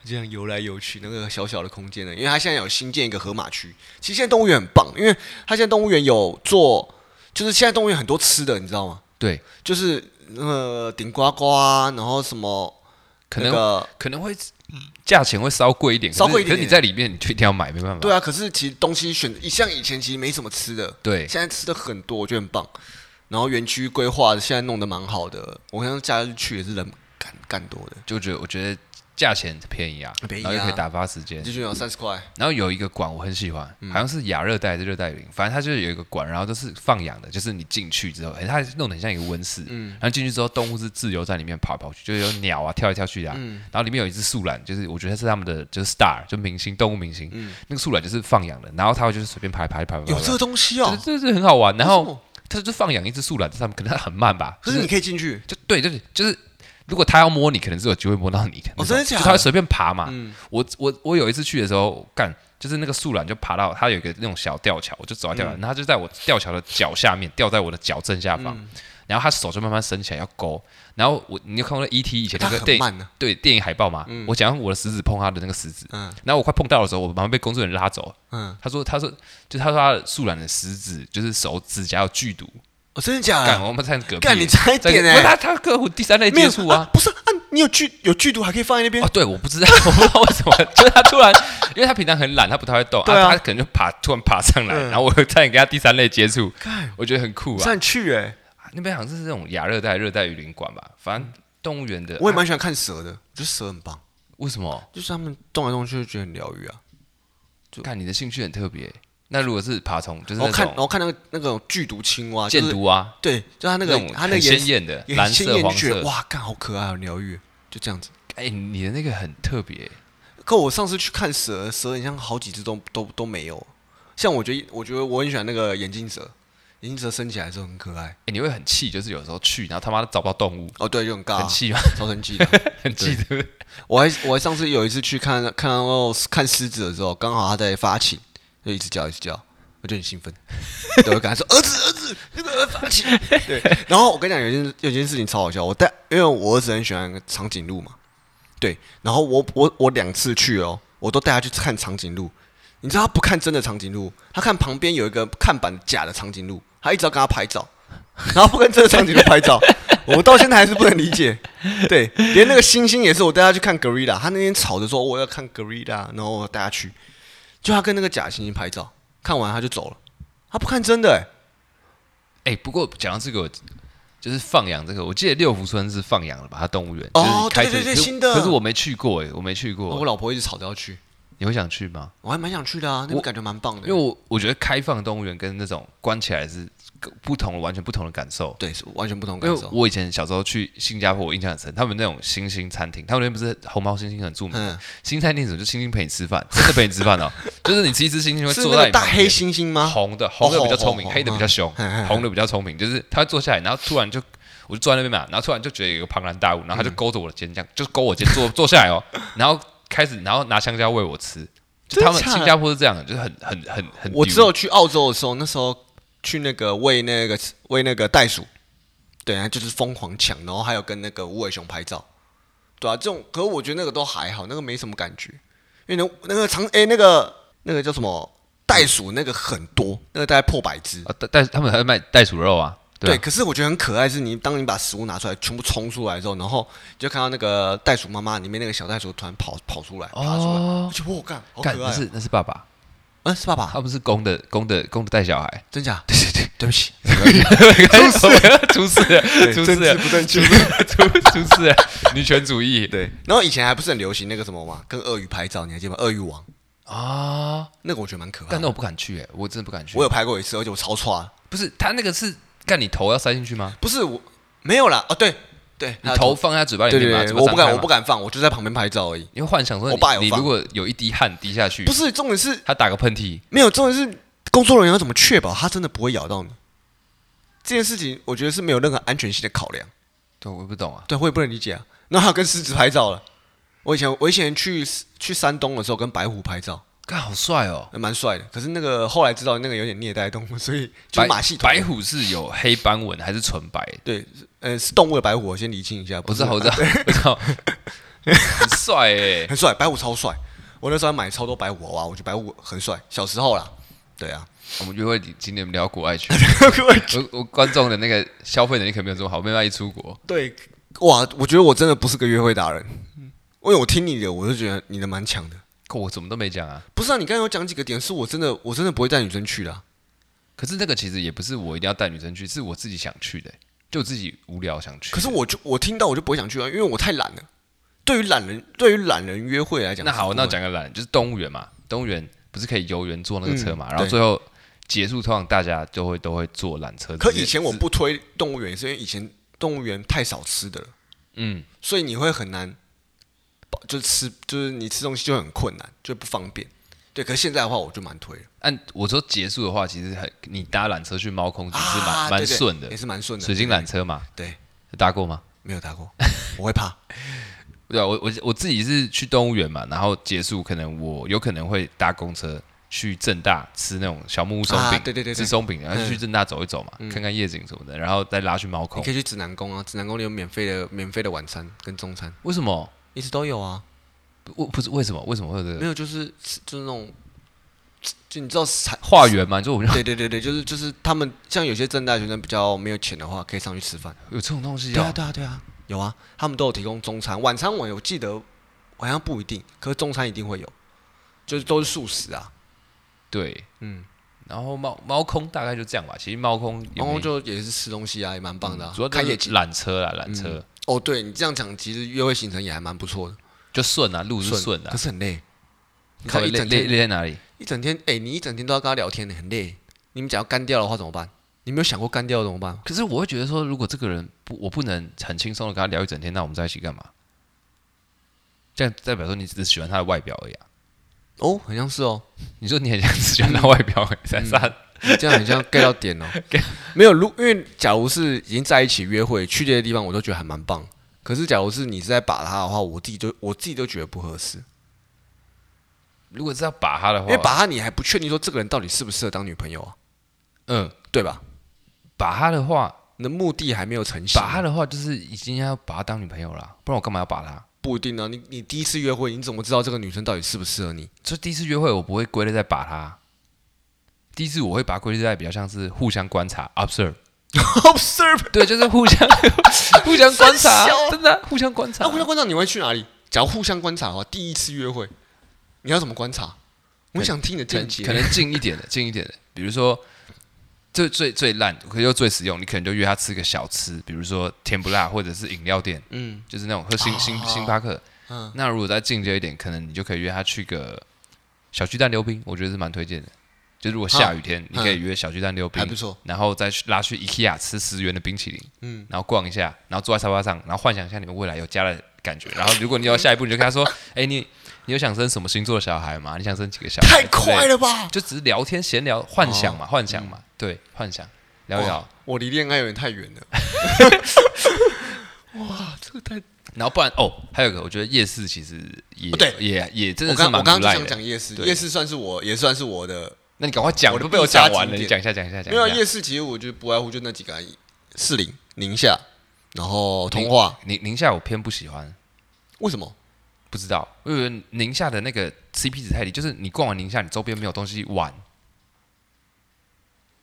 S2: 这样游来游去，那个小小的空间呢，因为它现在有新建一个河马区。其实现在动物园很棒，因为它现在动物园有做，就是现在动物园很多吃的，你知道吗？
S1: 对，
S2: 就是呃顶呱呱啊，然后什么
S1: 可
S2: 那
S1: 能
S2: 个
S1: 可能会价钱会稍贵一点，可是
S2: 稍贵一点
S1: 可是你在里面，你就一定要买，没办法。
S2: 对啊，可是其实东西选像以前其实没什么吃的，
S1: 对
S2: 现在吃的很多，我觉得很棒。然后园区规划现在弄得蛮好的，我像假日去也是人干干多的，
S1: 就觉得我觉得价钱便宜啊，
S2: 便宜
S1: 然
S2: 啊
S1: 后又可以打发时间
S2: 就。觉啊得三十块，
S1: 然后有一个馆我很喜欢，
S2: 嗯
S1: 好像是亚热带还是热带雨林，反正它就是有一个馆，然后都是放养的，就是你进去之后，哎，它弄得很像一个温室，
S2: 嗯
S1: 然后进去之后动物是自由在里面跑来跑去，就是有鸟啊跳来跳去的啊，
S2: 嗯
S1: 然后里面有一只树懒，就是我觉得是他们的就是 star 就明星动物明星，那个树懒就是放养的，然后它会就是随便爬来爬来爬来爬来
S2: 嗯有这个东西哦。
S1: 这这这很好玩。然
S2: 为什
S1: 后
S2: 么
S1: 它就放养一只树懒在上面，可能它很慢吧，
S2: 可
S1: 就是是
S2: 你可以进去，
S1: 就对，就是就是，如果它要摸你，可能是有机会摸到你的那种。
S2: 哦真的假的嗯
S1: 就它会随便爬嘛。我我我有一次去的时候，干就是那个树懒就爬到
S2: 嗯嗯
S1: 它有一个那种小吊桥，我就走在吊桥，然后它就在我吊桥的脚下面，吊在我的脚正下方。然后他手就慢慢伸起来要勾，然后我你有看过那 E.T. 以前那
S2: 它
S1: 个
S2: 很
S1: 电影
S2: 慢啊呢、
S1: 对电影海报嘛，我讲我的食指碰他的那个食指，
S2: 嗯
S1: 然后我快碰到的时候，我马上被工作人员拉走。
S2: 嗯，
S1: 他说他说就是他说他的素兰的食指就是手指甲有剧毒，
S2: 哦，真的假
S1: 干
S2: 的？
S1: 我们在隔壁，
S2: 干你差一
S1: 在
S2: 点
S1: 不是
S2: 哎、
S1: 他他客户第三类接触啊。
S2: 不是啊，你有剧有剧毒还可以放在那边
S1: 哦，，对，我不知道，我不知道为 什么，就是他突然，因为他平常很懒，他不太会动，
S2: 对啊
S1: 他可能就爬，突然爬上来，
S2: 嗯
S1: 然后我差点跟他第三类接触，
S2: 干
S1: 我觉得很酷啊。
S2: 上去哎、
S1: 那边好像是这种亚热带、热带雨林馆吧，反正动物园的。
S2: 我也
S1: 啊
S2: 蛮喜欢看蛇的，我觉得蛇很棒，
S1: 为什么？
S2: 就是他们动来动去就觉得很疗愈啊。
S1: 看你的兴趣很特别。那如果是爬虫，就是
S2: 然后
S1: 那
S2: 看，然
S1: 种
S2: 后看那个那种剧毒青蛙，
S1: 箭
S2: 就是
S1: 毒啊，
S2: 对，就它那个
S1: 种
S2: 它那个
S1: 很
S2: 颜
S1: 鲜
S2: 色
S1: 艳的
S2: 也
S1: 蓝
S2: 鲜
S1: 色、
S2: 艳，就
S1: 黄
S2: 觉得
S1: 色。
S2: 哇，干好可爱，好疗愈，就这样子。
S1: 哎，你的那个很特别，哎
S2: 可我上次去看蛇，蛇很像好几只都都都没有。像我觉得，我觉得我很喜欢那个眼镜蛇，眼镜蛇升起来的时候很可爱。
S1: 哎你会很气，就是有时候去，然后他妈的找不到动物，
S2: 哦，对，就很尬、
S1: 很气吗？
S2: 超生气的。
S1: 很气，对不对？
S2: 我还我还上次有一次去看看到看狮子的时候，刚好它在发情，就一直叫一直叫，我就很兴奋，对我就跟他说 儿子儿子那个发情，对。然后我跟你讲有一件有一件事情超好笑，我带因为我儿子很喜欢长颈鹿嘛，对。然后我我我两次去哦，我都带他去看长颈鹿，你知道他不看真的长颈鹿，他看旁边有一个看板假的长颈鹿，他一直要跟他拍照，然后不跟真的长颈鹿拍照，我到现在还是不能理解。 对，连那个星星也是，我带他去看 gorilla，他那天吵着说哦我要看 gorilla，然后我带他去，就他跟那个假猩猩拍照，看完他就走了，他不看真的、欸，
S1: 哎，不过讲到这个，我就是放养这个，我记得六福村是放养了吧？它动物园就
S2: 哦
S1: 是开车
S2: 对对对
S1: 可是
S2: 新的
S1: 可是我没去过，哎，我没去过
S2: 我，老婆一直吵着要去，
S1: 你会想去吗？
S2: 我还蛮想去的啊，那边
S1: 我
S2: 感觉蛮棒的，
S1: 因为我我觉得开放动物园跟那种关起来是不同的，完全不同的感受。
S2: 对是完全不同
S1: 因
S2: 感
S1: 为
S2: 受，
S1: 我以前小时候去新加坡，我印象很深，他们那种星星餐厅，他们那边不是红毛猩猩很著名，
S2: 嗯，
S1: 星星餐厅怎么就星星陪你吃饭，真的陪你吃饭哦， 就是你吃一只星星会
S2: 是
S1: 坐
S2: 那
S1: 在
S2: 个
S1: 你
S2: 大
S1: 旁边
S2: 黑猩猩吗？
S1: 红的红的比较聪明，
S2: 红红
S1: 黑的比较凶
S2: 嗯嗯嗯，
S1: 红的比较聪明，就是他会坐下来，然后突然就我就坐在那边嘛，然后突然就觉得有个庞然大物，然后
S2: 嗯
S1: 他就勾着我的肩，这样就勾我肩坐坐下来哦，然后开始然后拿香蕉喂我吃，就他们
S2: 真的假的
S1: 新加坡是这样的，就是很很很很，
S2: 我只有去澳洲的时候，那时候去那个喂那个喂那个袋鼠，对啊，就是疯狂抢，然后还有跟那个无尾熊拍照，对啊，这种可是我觉得那个都还好，那个没什么感觉，因为那那个长哎、那个那个叫什么袋鼠那个很多，那个大概破百只，
S1: 啊，但但是他们还在卖袋鼠肉啊，
S2: 对，
S1: 啊
S2: 可是我觉得很可爱，是你当你把食物拿出来，全部冲出来之后，然后你就看到那个袋鼠妈妈里面那个小袋鼠突然跑跑出来，爬出来，
S1: 哦
S2: 我觉得我干好可
S1: 干
S2: 爱、
S1: 那
S2: 啊，
S1: 是那是爸爸，
S2: 嗯是爸爸，
S1: 他不是公的公的公的带小 孩，
S2: 真假？
S1: 对对
S2: 对不起，
S1: 对，出事了， 出
S2: 政
S1: 事
S2: 治
S1: 了，
S2: 不正确。
S1: 出出事了，女权主义
S2: 对，然后以前还不是很流行那个什么嘛，跟鳄鱼拍照，你还记得吗？鳄鱼王
S1: 啊！
S2: 那个我觉得蛮可爱
S1: 但那
S2: 的。
S1: 我不敢去，哎，我真的不敢去。
S2: 我有拍过一次，而且我超差。
S1: 不是他那个是干你头要塞进去吗？
S2: 不是我没有啦，哦对对，
S1: 你
S2: 还有
S1: 头放在嘴巴里
S2: 对
S1: 面
S2: 对
S1: 吗？
S2: 对，
S1: 嘴巴
S2: 我不
S1: 张
S2: 敢
S1: 开
S2: 我
S1: 吗
S2: 不。敢放，我就在旁边拍照而已。
S1: 你会幻想说
S2: 我爸有
S1: 你，你
S2: 放
S1: 如果有一滴汗滴下去
S2: 不，是重点是，
S1: 他打个喷嚏，
S2: 没有重点是工作人员要怎么确保他真的不会咬到你？这件事情我觉得是没有任何安全性的考量。
S1: 对，我不懂啊。
S2: 对，我也不能理解啊。然后还有跟狮子拍照了。我以前我以前去去山东的时候跟白虎拍照，
S1: 干好帅哦！
S2: 蛮帅的。可是那个后来知道那个有点虐待动物，所以就
S1: 白
S2: 马戏团
S1: 白虎是有黑斑纹还是纯白？
S2: 对，呃，是动物的白虎，我先厘清一下。
S1: 我
S2: 不
S1: 知
S2: 是
S1: 道，我知道， 我知道，很帅哎！
S2: 很帅，白虎超帅。我那时候还买超多白虎娃娃，我觉得白虎很帅。小时候啦，对 啊，
S1: 我们约会今年聊国外 去，我我观众的那个消费能力可能没有这么好，没办法一出国。
S2: 对，哇，我觉得我真的不是个约会达人，因为我听你的，我就觉得你的蛮强的。
S1: 可我什么都没讲啊。
S2: 不是啊，你刚才有讲几个点，是我真的，我真的不会带女生去的啊、
S1: 可是那个其实也不是我一定要带女生去，是我自己想去的、就我自己无聊想去。
S2: 可是我就我听到我就不会想去啊，因为我太懒了。对于懒人，对于懒人约会来讲，
S1: 那好，
S2: 是不
S1: 那
S2: 会
S1: 我讲个懒，就是动物园嘛，动物园不是可以游园坐那个车嘛，
S2: 嗯
S1: 然后
S2: 对
S1: 最后结束，通常大家就会都会坐缆车。
S2: 可
S1: 直接
S2: 以前我
S1: 直
S2: 不推动物园，是因为以前动物园太少吃的了。
S1: 嗯，
S2: 所以你会很难保，就是吃，就是你吃东西就很困难，就不方便。对，可是现在的话，我就蛮推了，
S1: 按我说结束的话，其实很你搭缆车去猫空其实是
S2: 啊
S1: 蛮
S2: 对
S1: 蛮
S2: 对
S1: 顺的
S2: 也，是蛮顺的。
S1: 水晶缆车嘛，
S2: 对，
S1: 有搭过吗？
S2: 没有搭过，我会 怕。
S1: 对啊，我我我自己是去动物园嘛，然后结束，可能我有可能会搭公车去正大吃那种小木屋松饼，
S2: 啊对对对对
S1: 吃松饼，然后
S2: 嗯
S1: 去正大走一走嘛，看看夜景什么的，然后再拉去猫
S2: 你
S1: 空
S2: 可。以去指南宫啊，指南宫里有免费的免费的晚餐跟中餐，
S1: 为什么？
S2: 一直都有啊。
S1: 我不是为什么？为什么会有这
S2: 没
S1: 个
S2: 有，就是就是那种，就你知道才
S1: 化缘嘛？就我们
S2: 对对对对，就是就是他们像有些正大学生比较没有钱的话，可以上去吃饭。
S1: 有这种东西
S2: 对啊
S1: 啊？
S2: 对啊对啊，有啊，他们都有提供中餐、晚餐。我有记得好像不一定，可是中餐一定会有，就是都是素食啊。
S1: 对，
S2: 嗯，
S1: 然后猫猫空大概就这样吧。其实猫空也
S2: 然后
S1: 没嗯
S2: 就也是吃东西啊，也蛮棒的、啊。
S1: 主要就
S2: 看夜
S1: 是
S2: 景
S1: 缆车啦，缆车
S2: 哦，对你这样讲，其实约会行程也还蛮不错的，
S1: 就顺啊，路是顺的
S2: 可。是很累。
S1: 你到底
S2: 看一
S1: 累
S2: 整
S1: 累
S2: 天
S1: 累在哪里？
S2: 一整天，哎、你一整天都要跟他聊天呢，很累。你们假如干掉的话怎么办？你没有想过干掉怎么办？
S1: 可是我会觉得说，如果这个人不，我不能很轻松的跟他聊一整天，那我们在一起干嘛？这样代表说你只是喜欢他的外表而已啊！
S2: 哦，好像是哦，
S1: 你说你很像只喜欢他外表而已，
S2: 嗯
S1: 在啥？
S2: 你这样很像 get 到 点哦。没有，如因为假如是已经在一起约会去这些地方，我都觉得还蛮棒。可是假如是你是在把他的话，我自己就我自己都觉得不合适，
S1: 如果是要把他的话，
S2: 因为把他你还不确定说这个人到底适不适合当女朋友啊，
S1: 嗯
S2: 对吧？
S1: 把他的话，
S2: 你的目的还没有成型
S1: 把，他的话就是已经要把他当女朋友了，不然我干嘛要把他？
S2: 不一定啊。你你第一次约会，你怎么知道这个女生到底适不适合你？
S1: 就第一次约会，我不会归类在把他。第一次我会把它归类在比较像是互相观察 observe，
S2: Observe，
S1: 对，就是互相 互相观察
S2: 三小，
S1: 真的啊互相观察
S2: 哦那。互相观察你会去哪里？假如互相观察的话，第一次约会你要怎么观察？我想听你的
S1: 可
S2: 见
S1: 能
S2: 解。
S1: 可能近一点的，近一点的，比如说最最最烂，可又最实用，你可能就约他吃个小吃，比如说甜不辣或者是饮料店，
S2: 嗯
S1: 就是那种喝星星
S2: 哦
S1: 星巴克。
S2: 嗯，
S1: 那如果再进阶一点，可能你就可以约他去个小巨蛋溜冰，我觉得是蛮推荐的。就如果下雨天，你可以约小巨蛋溜冰
S2: 嗯还不，错。
S1: 然后再去拉去 IKEA 吃十元的冰淇淋，
S2: 嗯，
S1: 然后逛一下，然后坐在沙发上，然后幻想一下你们未来有家的感觉。然后如果你要下一步，你就跟他说：“ 哎，你你有想生什么星座的小孩吗？你想生几个小孩？”
S2: 太快，了哦嗯吧！
S1: 就只是聊天闲聊，幻想嘛，幻想嘛，对，幻
S2: 哦
S1: 想聊一聊
S2: 哇。我离恋爱有点太远 了。哇，这个太……
S1: 然后不然哦，还有一个，我觉得夜市其实也
S2: 哦对
S1: 也也真
S2: 我
S1: 的是
S2: 刚我
S1: 蛮
S2: 刚刚
S1: 不
S2: 就
S1: 赖
S2: 想
S1: 的
S2: 讲。夜市，
S1: 对
S2: 夜市算是我也算是我的，
S1: 那你赶快讲，
S2: 我的
S1: 都被我
S2: 必杀
S1: 讲完了，
S2: 景
S1: 你讲
S2: 点
S1: 一下，讲一下，讲
S2: 没有
S1: 一下。
S2: 夜市。其实我觉得不外乎就那几个、啊，士林、宁夏，然后通化。
S1: 宁宁夏我偏不喜欢，
S2: 为什么？
S1: 不知道，因为宁夏的那个 CP 值太低，就是你逛完宁夏，你周边没有东西玩。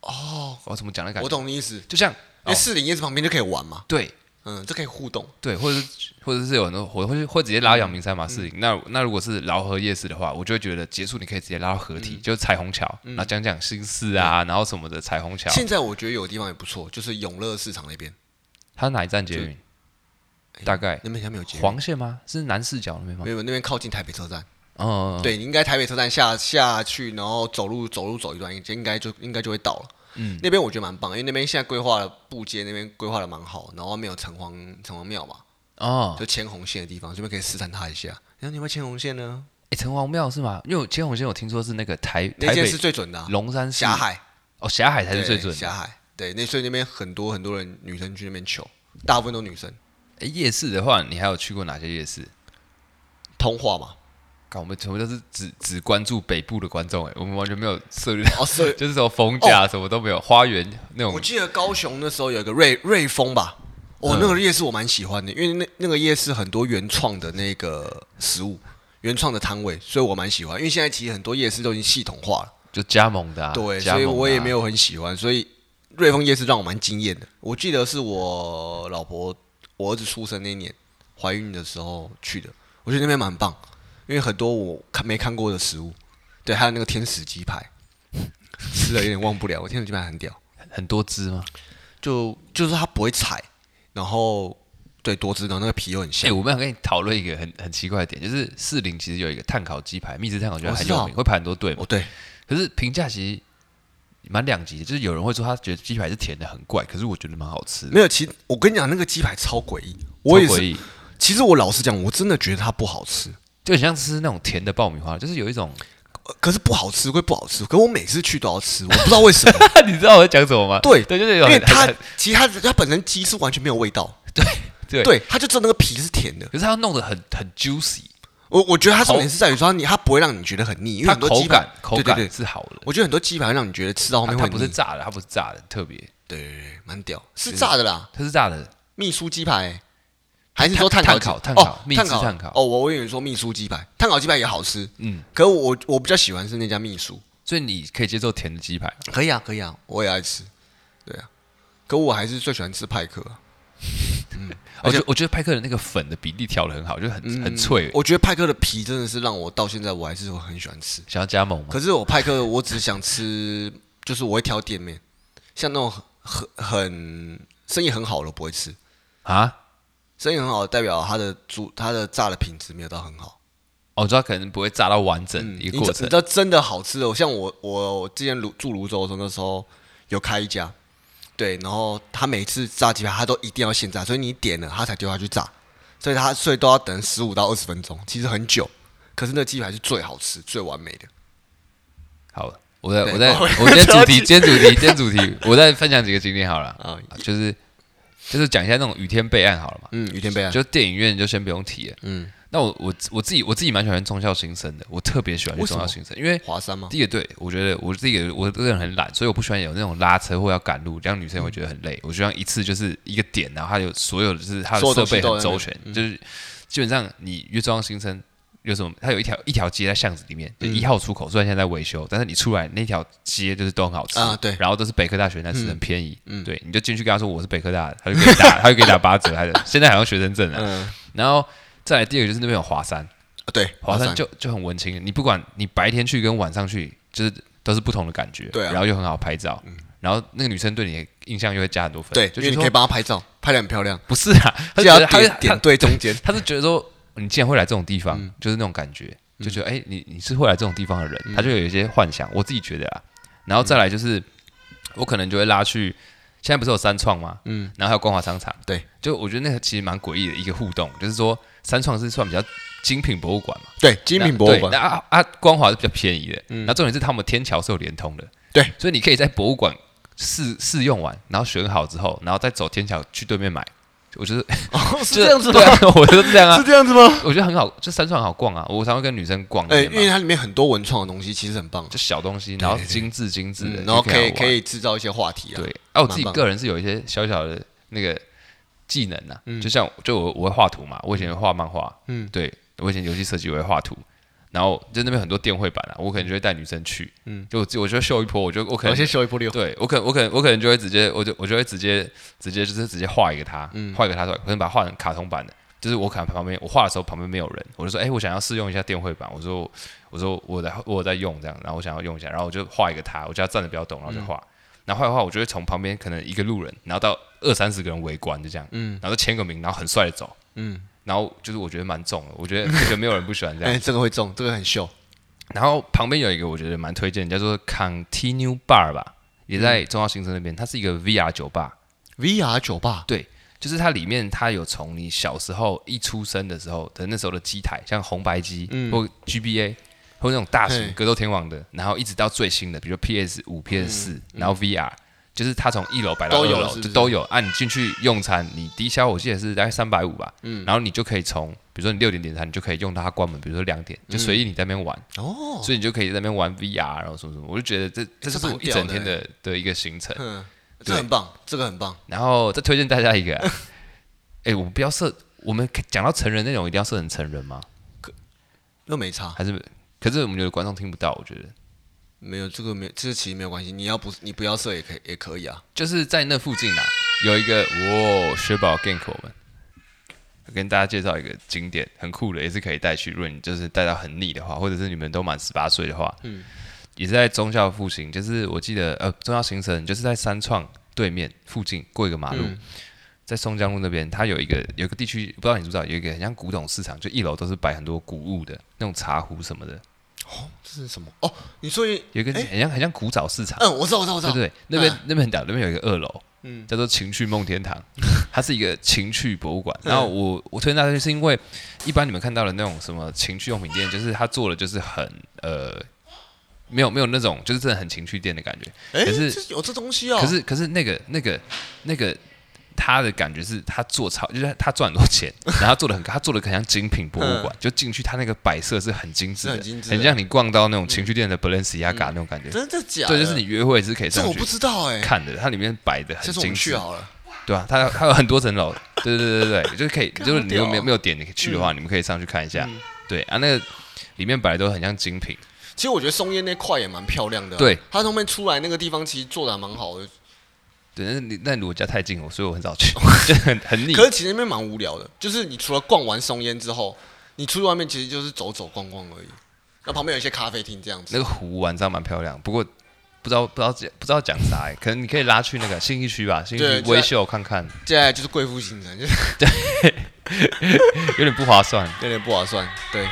S1: 哦，我怎么讲的感
S2: 我
S1: 觉？
S2: 懂你意思，哎因
S1: 就像
S2: 为
S1: 哦
S2: 士林夜市旁边就可以玩嘛，
S1: 对
S2: 嗯，这可以互动。
S1: 对，或者是或者是有很多我会会直接拉阳明山
S2: 嗯
S1: 嘛，是、那那如果是饶河夜市的话，我就会觉得结束你可以直接拉到合
S2: 嗯
S1: 体，就是彩虹桥，然后讲讲心事啊，然后什么的彩虹桥，
S2: 现在我觉得有地方也不错，就是永乐市场那边，
S1: 它哪一站捷运？大概
S2: 那边好像没有哎捷运，
S1: 黄线吗？是南四角那边吗
S2: 没？有那边靠近台北车站。
S1: 哦，嗯，嗯
S2: 对，你应该台北车站下下去，然后走路走路走一段，应该就应该就会到了。
S1: 嗯，
S2: 那边我觉得蛮棒，因为那边现在规划了步街，那边规划的蛮好，然后没有城隍城隍庙嘛，
S1: 哦，
S2: 就牵红线的地方，这边可以试探它一下。然后你有没有牵红线呢？
S1: 诶，城隍庙是吗？因为我千红线我听说是那个台
S2: 那
S1: 台
S2: 间
S1: 北
S2: 是最准的、啊，
S1: 龙山市
S2: 霞海
S1: 哦，霞海才是
S2: 对
S1: 最准的。
S2: 霞海对，那所以那边很多很多人女生去那边求，大部分都女生。
S1: 诶夜市的话，你还有去过哪些夜市？
S2: 通 话嘛，
S1: 看我们全部都是只只关注北部的观众，诶，我们完全没有涉猎到，
S2: 哦是。
S1: 就是什么逢甲什么都没有，花园那
S2: 哦我
S1: 种
S2: 记得高雄那时候有一个瑞瑞丰吧，
S1: 嗯
S2: 哦，那个夜市我蛮喜欢的，因为那那个夜市很多原创的那个食物，原创的摊位，所以我蛮喜欢。因为现在其实很多夜市都已经系统化了，
S1: 就加盟的啊，
S2: 对，
S1: 加
S2: 所以
S1: 盟的
S2: 我也
S1: 啊
S2: 没有很喜欢。所以瑞丰夜市让我蛮惊艳的。我记得是我老婆我儿子出生那年怀孕的时候去的，我觉得那边蛮棒，因为很多我看没看过的食物，对，还有那个天使鸡排，吃了有点忘不了，我天使鸡排很屌。
S1: 很多只吗？
S2: 就就是它不会踩，然后对多汁，然后那个皮又很
S1: 诶，
S2: 香。
S1: 我们想跟你讨论一个很很奇怪的点，就是士林其实有一个碳烤鸡排，蜜汁碳烤鸡排
S2: 我
S1: 很
S2: 知
S1: 有
S2: 道
S1: 名，会排很多队嘛
S2: 哦，。对，
S1: 可是评价其实蛮两极的，就是有人会说他觉得鸡排是甜的很怪，可是我觉得蛮好吃的。
S2: 没有，其实我跟你讲，那个鸡排超诡异。我也
S1: 超诡
S2: 是，
S1: 异
S2: 其实我老实讲，我真的觉得它不好吃。
S1: 就很像吃那种甜的爆米花，就是有一种，
S2: 呃可是不好吃归不好吃，可我每次去都要吃，我不知道为什么。
S1: 你知道我在讲什么吗？
S2: 对
S1: 对，啊就是
S2: 因
S1: 有
S2: 为
S1: 很
S2: 它
S1: 很
S2: 其实它它本身鸡是完全没有味道，
S1: 对对，
S2: 对，它就只有那个皮是甜的。
S1: 可是它弄得很很 juicy，
S2: 我我觉得它重点是在于说你，它不会让你觉得很腻，因为
S1: 它
S2: 很多
S1: 口
S2: 鸡排
S1: 感口
S2: 对对对
S1: 感是好的，
S2: 我觉得很多鸡排会让你觉得吃到后
S1: 它
S2: 面
S1: 它
S2: 会
S1: 不是
S2: 腻，
S1: 炸的，它不是炸的，特别
S2: 对对对，蛮屌，是炸的啦，
S1: 它是炸的，
S2: 秘书鸡排欸，还是说
S1: 炭
S2: 烤
S1: 炭烤炭
S2: 鸡
S1: 烤
S2: 哦
S1: 秘制炭烤
S2: 哦，我我以为说秘书鸡排，炭烤鸡排也好吃，
S1: 嗯，
S2: 可我我比较喜欢是那家秘书，
S1: 所以你可以接受甜的鸡排。
S2: 可以啊可以啊，我也爱吃，对啊，可我还是最喜欢吃派克啊，
S1: 我觉得我觉得派克的那个粉的比例调的很好，就很
S2: 嗯
S1: 很脆。
S2: 我觉得派克的皮真的是让我到现在我还是会很喜欢吃，
S1: 想要加盟吗？
S2: 可是我派克我只想吃，就是我会挑店面，像那种很很很生意很好的我不会吃。
S1: 啊？
S2: 生意很好，代表它的煮它的炸的品质没有到很好。
S1: 哦，我知道可能不会炸到完整
S2: 嗯你
S1: 一
S2: 知
S1: 个
S2: 你
S1: 过
S2: 知
S1: 程。
S2: 道真的好吃的，像我我我之前泸住泸州的时候，那时候有开一家，对，然后他每次炸鸡排他都一定要现炸，所以你点了他才丢下去炸，所以他所以都要等十五到二十分钟，其实很久。可是那鸡排是最好吃、最完美的。
S1: 好了，我在
S2: 对
S1: 我在
S2: 我
S1: 我今
S2: 们
S1: 天主题，
S2: 不要
S1: 今天主题，今天主题，我再分享几个经历好了，
S2: 啊，
S1: 就是就是讲一下那种雨天备案好了嘛。
S2: 嗯，雨天贝啊，
S1: 就电影院就先不用提了。
S2: 嗯，
S1: 那我我我自己我自己蛮喜欢中校新生的，我特别喜欢去中校新生，因为
S2: 华山吗？
S1: 第一个对我觉得我自己我这个人很懒，所以我不喜欢有那种拉车或要赶路，这样女生会觉得很累。我希望一次就是一个点，然后它有所有的就是它的
S2: 嗯所有
S1: 设
S2: 东西
S1: 备
S2: 都
S1: 很
S2: 在那嗯
S1: 周全，就是基本上你约中校新生。有什么？它有一条一条街在巷子里面，
S2: 嗯
S1: 就一号出口。虽然现在在维修，但是你出来那条街就是都很好吃
S2: 啊对嗯
S1: 然后都是北科大学，但是很便宜。对，你就进去跟他说我是北科大的，他就可以 打，他就可以打八折。还是现在好像学生证了，
S2: 嗯，
S1: 然后再来第二个就是那边有华山，
S2: 啊对，
S1: 华山就就很文青，你不管你白天去跟晚上去，就是都是不同的感觉，
S2: 对啊
S1: 然后又很好拍照，然后那个女生对你的印象又会加很多分，
S2: 对，
S1: 就
S2: 因
S1: 觉得
S2: 为你可以
S1: 说
S2: 帮他拍照，拍的很漂亮，
S1: 不是啊，她就
S2: 就
S1: 觉
S2: 要
S1: 得她
S2: 点点
S1: 她
S2: 对中嗯间。
S1: 她是觉得说你竟然会来这种地方，就是那种感觉，
S2: 嗯
S1: 就觉得哎、你你是会来这种地方的人，她就有一些幻想，我自己觉得啊，然后再来就是我可能就会拉去。现在不是有三创吗？ 嗯，然后还有光华商场，
S2: 对，
S1: 就我觉得那个其实蛮诡异的一个互动，就是说三创是算比较精品博物馆嘛，
S2: 对，精品博物
S1: 那对那
S2: 馆，嗯
S1: 啊啊，光华是比较便宜的，然后重点是他们天桥是有连通的，
S2: 对，
S1: 所以你可以在博物馆试试用完，然后选好之后，然后再走天桥去对面买。我觉得
S2: 是
S1: 就
S2: 这样子吗
S1: 对？啊，我就是这样啊
S2: 是，这样子吗？
S1: 我觉得很好，就三创好逛啊，我常会跟女生逛那
S2: 哎，
S1: 边
S2: 因
S1: 嘛，
S2: 为它里面很多文创的东西，其实很棒，
S1: 就小东西，然后
S2: 对对对
S1: 精致精致的，
S2: 嗯然后
S1: 就
S2: 可
S1: 好
S2: 以
S1: 玩
S2: 可以制造一些话题啊。
S1: 对，啊，我自
S2: 蛮
S1: 己
S2: 棒
S1: 个人是有一些小小的那个技能呐、
S2: 嗯
S1: 就像就我我会画图嘛，我以前会画漫画，嗯，对我以前游戏设计我会画图，然后就那边很多电绘板啊，我可能就会带女生去，嗯，就我自己我就秀一波，我就我可能
S2: 修一波六，
S1: 对我可能我可能我可能就会直接我就我就会直接直接就是直接画一个他，画一个他出来，可能把它画成卡通版的。就是我可能旁边我画的时候旁边没有人，我就说，哎、我想要试用一下电绘板，我说我说我有在我有在用这样，然后我想要用一下，然后我就画一个他，我叫他站的比较懂，然后就画。然后画的话，我就会从旁边可能一个路人，然后到二三十个人围观，就这样，然后就签个名，然后很帅的走，
S2: 嗯，
S1: 然后就是我觉得蛮重的，我觉得这个没有人不喜欢这样
S2: 哎，。这个会中，这个很秀。
S1: 然后旁边有一个我觉得蛮推荐，叫做 Continue Bar 吧，也在中央新生那边，它是一个 VR 酒吧，
S2: VR 酒吧，
S1: 对，就是它里面它有从你小时候一出生的时候的那时候的机台，像红白机、或 GBA 或那种大
S2: 嗯嘿
S1: 型格斗天王的，然后一直到最新的，比如 PS 五、PS 四，然后 VR。就是它从一楼摆到
S2: 嗯都
S1: 二
S2: 有
S1: 楼
S2: 是不是
S1: 就都有啊！你进去用餐，你低消我记得是大概三百五吧，
S2: 嗯
S1: 然后你就可以从，比如说你六点点餐，你就可以用到它关门，比如说两点，就随意你在那边玩，
S2: 嗯哦，
S1: 所以你就可以在那边玩 VR，然后什么什么，我就觉得这这
S2: 这
S1: 就是
S2: 蛮欸
S1: 我一整天的的一个行程。
S2: 嗯，这个很棒，这个很棒。
S1: 然后再推荐大家一个、啊， 哎、我们不要设，我们讲到成人内容一定要设成成人吗？
S2: 又没差，
S1: 还是可是我们觉得观众听不到，我觉得
S2: 没有这个没，这其实没有关系。你要不你不要射也可以，也可以啊。
S1: 就是在那附近啊，有一个哇，雪宝 gank 我们。我跟大家介绍一个景点，很酷的，也是可以带去。如果你就是带到很腻的话，或者是你们都满十八岁的话，嗯，也是在中校复兴，就是我记得呃，中校行程就是在三创对面附近过一个马路，在松江路那边，它有一个有一个地区，不知道你知不知道，有一个很像古董市场，就一楼都是摆很多古物的那种茶壶什么的，
S2: 这是什么？哦，你说一，
S1: 有一个
S2: 哎
S1: 很像、很像古早市场。
S2: 嗯，我知道，我知道，我
S1: 对
S2: 知道。
S1: 对，对那
S2: 啊
S1: 边、那边很屌，那边有一个二楼，
S2: 嗯
S1: 叫做情趣梦 天堂，它是一个情趣博物馆。
S2: 嗯
S1: 然后我我推荐大家去，是因为一般你们看到的那种什么情趣用品店，就是它做的就是很呃，没有没有那种就是真的很情趣店的感觉。
S2: 哎，
S1: 可是
S2: 这有这东西哦。
S1: 可是可是那个那个那个，他的感觉是他做超，就是他赚很多钱，然后他做的很，他做的很像精品博物馆，就进去他那个摆设是很精致的，
S2: 嗯是很精致的嗯
S1: 很像你逛到那种情趣店的 Balenciaga 那种感觉。
S2: 真的假的？
S1: 对，就是你约会是可以
S2: 这
S1: 上
S2: 我
S1: 去
S2: 不知道哎、
S1: 看的，它里面摆的很
S2: 下次我
S1: 精
S2: 们
S1: 致
S2: 去。好了。
S1: 对啊，它它有很多层楼，对对对对 对，就是可以，
S2: 干
S1: 就是
S2: 好
S1: 你如果
S2: 屌嗯
S1: 没有
S2: 哦
S1: 没有点你可以去的话，你们可以上去看一下。对啊，那个里面摆的都很像精品，
S2: 其实我觉得松烟那块也蛮漂亮的啊、
S1: 对
S2: 它后面出来那个地方其实做的蛮好的，
S1: 对，但是你但离我家太近了，所以我很少 去，就很很腻
S2: 可。是其实那边蛮无聊的，就是你除了逛完松烟之后，你出去外面其实就是走走逛逛而已。那旁边有一些咖啡厅这样子，
S1: 那个湖晚上蛮漂亮，不过不知道不知道不知道讲啥欸，可能你可以拉去那个信义区吧，信义
S2: 对
S1: 区
S2: 就在
S1: 微秀看看，
S2: 接下来就是贵妇行程，就是
S1: 有点不划算。
S2: 有点不划算。对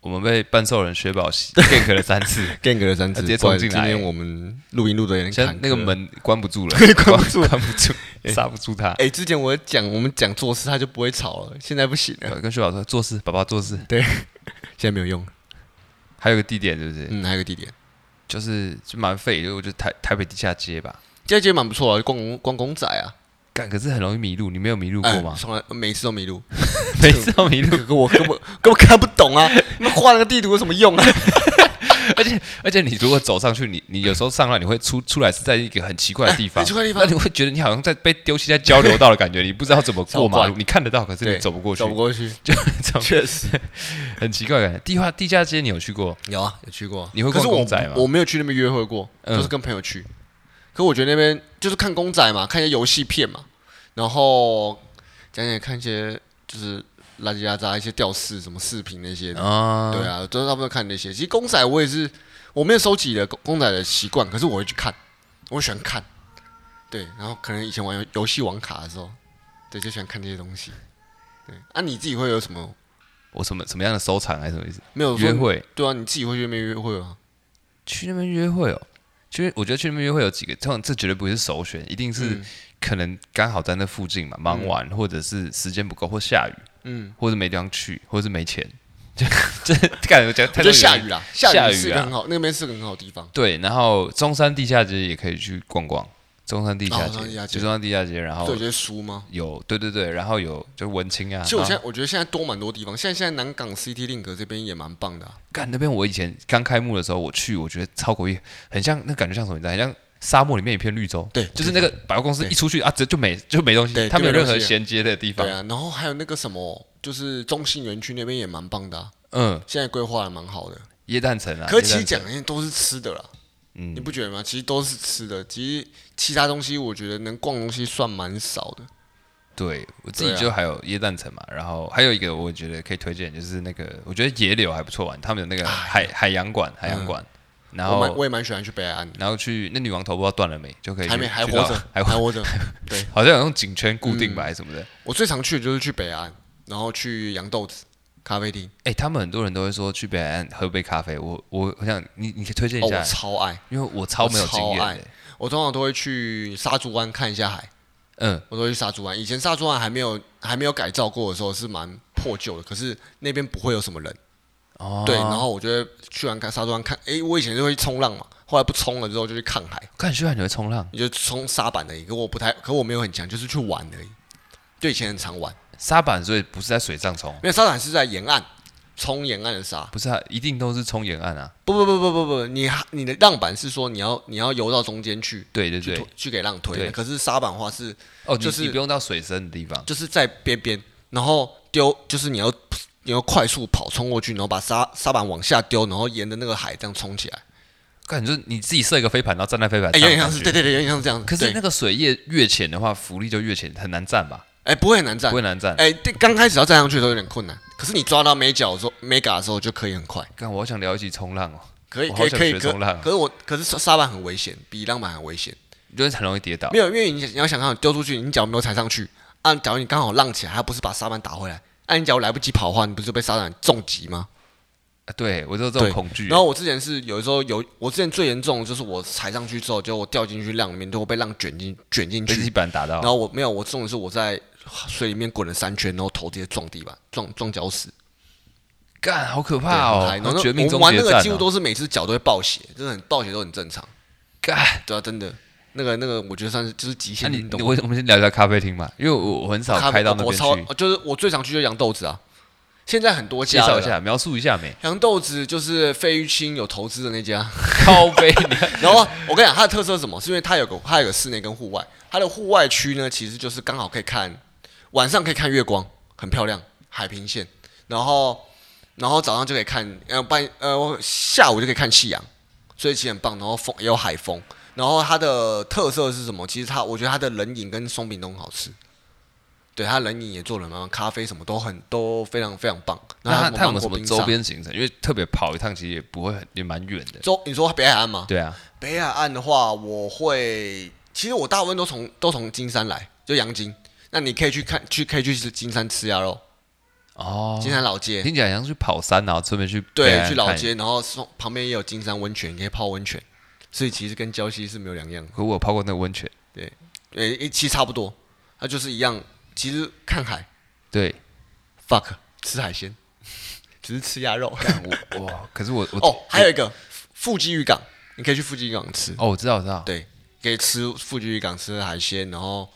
S1: 我们被半兽人薛宝 熙 gank 了三次，
S2: ，gang 了三
S1: 次
S2: 次，
S1: 直接冲进来
S2: 不然今天我们录音录的有点
S1: 现
S2: 坎
S1: 在那
S2: 坷
S1: 个，门关不住了，
S2: 关不住
S1: 关不住，刹不住他。
S2: 哎、之前我讲我们讲做事他就不会吵了，现在不行了，
S1: 对跟薛宝说做事，爸爸做事。
S2: 现在没有用。
S1: 还有个地点，对不对？
S2: 嗯，还有个地点，
S1: 就是就蛮废，就我觉得台台北地下街吧。
S2: 这街蛮不错啊，逛公逛公仔啊，
S1: 干，可是很容易迷路，你没有迷路过
S2: 哎
S1: 吗？
S2: 从来每次都迷路，
S1: 每次都迷路，
S2: 可我根本根本看不懂啊！那画那个地图有什么 用啊？
S1: 而且而且你如果走上去，你你有时候上来你会出出来是在一个很奇怪的地方，
S2: 哎很奇怪的地方
S1: 那你会觉得你好像在被丢弃在交流道的 感觉，你不知道怎么过马
S2: 超
S1: 路，
S2: 怪
S1: 你看得到，可是你
S2: 对
S1: 走不过去
S2: 走，不过去，
S1: 就 这种
S2: 确实
S1: 很奇怪的感觉。地下地下街你有去过？
S2: 有啊，有去过。
S1: 你会
S2: 可
S1: 逛
S2: 是我
S1: 公仔吗
S2: 不我没有去那边约会过，
S1: 嗯
S2: 就是跟朋友去。可我觉得那边就是看公仔嘛，看一些游戏片嘛，然后讲讲看一些就是垃圾拉杂一些吊饰什么饰品那些的。
S1: 啊，
S2: 对啊，都差不多看那些。其实公仔我也是，我没有收集的公公仔的习惯，可是我会去看，我喜欢看。对，然后可能以前玩游游戏网卡的时候，对，就喜欢看这些东西。对，啊，你自己会有什么？
S1: 我什么什么样的收藏还是什么意思？
S2: 没有说
S1: 约？会
S2: 对啊，你自己会去那边约会吗？
S1: 去那边约会哦，其实我觉得去那边约会有几个，这种这绝对不是首选，一定是
S2: 嗯
S1: 可能刚好在那附近嘛，忙完或者是时间不够，或下雨，
S2: 嗯，
S1: 或者没地方去，或者是没钱， 就这感觉讲
S2: 我
S1: 太
S2: 觉得
S1: 多
S2: 下
S1: 原因
S2: 雨啦，
S1: 下
S2: 下
S1: 雨
S2: 雨是个
S1: 啊
S2: 很好，那边是个很好的地方。
S1: 对，然后中山地下街也可以去逛逛，中山地下
S2: 哦中山地
S1: 街，
S2: 下街
S1: 就中山地下街，然
S2: 对，
S1: 后
S2: 有些书吗？
S1: 有对对对，然后有就文青啊，
S2: 其实我
S1: 然后
S2: 现在我觉得现在多蛮多地方，现在现在南港 CT Link 这边也蛮棒的啊、
S1: 干那边，我以前刚开幕的时候我去，我觉得超诡异，很像那感觉像什么，你知道，很像沙漠里面一片绿洲。
S2: 对
S1: 就是那个百货公司
S2: 对
S1: 一出去啊，直接就没就没东西，
S2: 对
S1: 它没有
S2: 就没
S1: 任
S2: 东西
S1: 何衔接的地方
S2: 对。啊，然后还有那个什么，就是中心园区那边也蛮棒的、啊，
S1: 嗯，
S2: 现在规划的蛮好的。
S1: 椰蛋城啊，
S2: 可
S1: 椰蛋
S2: 是其实
S1: 城
S2: 讲那些都是吃的啦，
S1: 嗯，
S2: 你不觉得吗？其实都是吃的，其实其他东西我觉得能逛的东西算蛮少的。
S1: 对我自己
S2: 对啊
S1: 就还有椰蛋城嘛，然后还有一个我觉得可以推荐，就是那个我觉得野柳还不错玩，他们有那个海海洋馆，海洋馆，然
S2: 啊嗯我蛮
S1: 后
S2: 我也蛮喜欢去北海岸的，
S1: 然后去那女王头不知道断了没，就可以去
S2: 还没还
S1: 去
S2: 活
S1: 到
S2: 着， 嗯
S1: 还
S2: 还
S1: 活，
S2: 活着。
S1: 好像有用颈圈固定吧，还是什么的。
S2: 我最常去的就是去北海岸，然后去洋豆子咖啡厅，
S1: 哎、他们很多人都会说去北海岸喝杯咖啡，我我我想你你可以推荐
S2: 哦，
S1: 一下
S2: 我，超爱。
S1: 因为我超没有经验
S2: 我超爱
S1: 的。
S2: 我通常都会去沙竹湾看一下海，
S1: 嗯，
S2: 我都会去沙竹湾。以前沙竹湾还没有还没有改造过的时候是蛮破旧的，可是那边不会有什么人。
S1: 哦，
S2: 对，然后我就会去完看沙洲湾看，诶，我以前就会去冲浪嘛，后来不冲了之后就去看海，
S1: 看徐汉你会冲浪，
S2: 也就冲沙板而已。可我不太，可我没有很强，就是去玩而已。就以前很常玩，
S1: 沙板所以不是在水上冲
S2: 因，为沙板是在沿岸冲沿岸的沙，
S1: 不是啊，一定都是冲沿岸啊。
S2: 不不不不不不，你你的浪板是说你要你要游到中间去，
S1: 对对
S2: 去
S1: 对
S2: 推，去给浪推
S1: 对
S2: 的。可是沙板的话是
S1: 哦，就
S2: 就
S1: 是
S2: 是
S1: 你不用到水深的地方。
S2: 就是在边边，然后丢就是你要你要快速跑冲过去，然后把沙沙板往下丢，然后沿着那个海这样冲起来。
S1: 感觉你自己设一个飞盘，然后站在飞盘
S2: 哎、
S1: 上，
S2: 有点像
S1: 感
S2: 是
S1: 觉
S2: 对。对对，有点像是这样子。
S1: 可是
S2: 对
S1: 那个水越越浅的话，浮力就越浅，很难站吧？
S2: 哎、不会很难站
S1: 不，会难站。
S2: 哎、对，刚开始要站上去的时候有点困难，可是你抓到美脚的时候，美嘎的时候就可以很快，
S1: 看，我好想聊一起冲浪哦，
S2: 可以
S1: 我
S2: 可
S1: 好
S2: 以
S1: 想
S2: 可以
S1: 学
S2: 可
S1: 冲浪哦
S2: 可是我可是沙沙板很危险，比浪板还危险。
S1: 就是很容易跌倒
S2: 没。有，因为你你要想看丢出去，你脚没有踩上去，啊，假如你刚好浪起来，它不是把沙板打回来，啊，你脚来不及跑的话，你不是被沙板重击吗？
S1: 啊对我都有这种
S2: 对
S1: 恐惧
S2: 然。后我之前是有时候有，我之前最严重的就是我踩上去之后，结果我掉进去浪里面，就我被浪卷进卷进
S1: 被地
S2: 去，
S1: 板打
S2: 然
S1: 到，
S2: 后我没有，我重点是我在水里面滚了三圈，然后头直接撞地板，撞撞脚屎。
S1: 干好可
S2: 对
S1: 怕
S2: 很
S1: 哦！
S2: 嗨然后
S1: 绝命
S2: 我
S1: 终
S2: 们玩
S1: 结
S2: 那
S1: 战
S2: 个几乎
S1: 哦
S2: 都是每次脚都会爆血，真的很爆血都很正常。
S1: 干
S2: 对啊，真的。那个那个，我觉得算是就是极
S1: 那
S2: 限
S1: 你
S2: 运动。
S1: 我我们先聊一下咖啡厅吧，因为我我很少
S2: 咖啡
S1: 开到那
S2: 我
S1: 边
S2: 超
S1: 去。
S2: 就是我最常去就洋豆子啊，现在很多
S1: 介
S2: 家
S1: 绍一
S2: 了啦。？
S1: 下，描述一下没
S2: 洋豆子就是费玉清有投资的那家，
S1: 靠背，你
S2: 然后啊我跟你讲，它的特色是什么？是因为它有个它有个室内跟户外，它的户外区呢，其实就是刚好可以看晚上可以看月光，很漂亮，海平线。然后然后早上就可以看，呃半呃下午就可以看夕阳，所以其实很棒。然后风也有海风，然后它的特色是什么？其实它我觉得它的冷饮跟松饼都很好吃。对，它冷饮也做了蛮好，咖啡什么都很都非常非常棒。
S1: 那他他有
S2: 芒
S1: 没有
S2: 果
S1: 什么
S2: 冰
S1: 周
S2: 沙？
S1: 边行程？因为特别跑一趟其实也不会很也蛮远的。
S2: 周你说北海岸吗？
S1: 对啊，
S2: 北海岸的话，我会，其实我大部分都从都从金山来，就阳金。那你可以去看，去可以去吃金山吃鸭肉，
S1: 哦，
S2: 金山老街，
S1: 听起来像去跑山，然后顺便去北
S2: 对，
S1: 岸
S2: 去老
S1: 看。
S2: 街，然后送旁边也有金山温泉，你可以泡温泉，所以其实跟礁溪是没有两样的，
S1: 可我有泡过那个温泉，
S2: 呃，一其实差不多，它就是一样。其实看海
S1: 对，
S2: ，fuck，吃海鲜， 只是吃鸭肉。
S1: 干我哇，可是我 我
S2: 哦，还有一个富基渔港，你可以去富基渔港吃，
S1: 哦，我知道我知道，
S2: 对，可以吃富居渔港吃海鲜，然后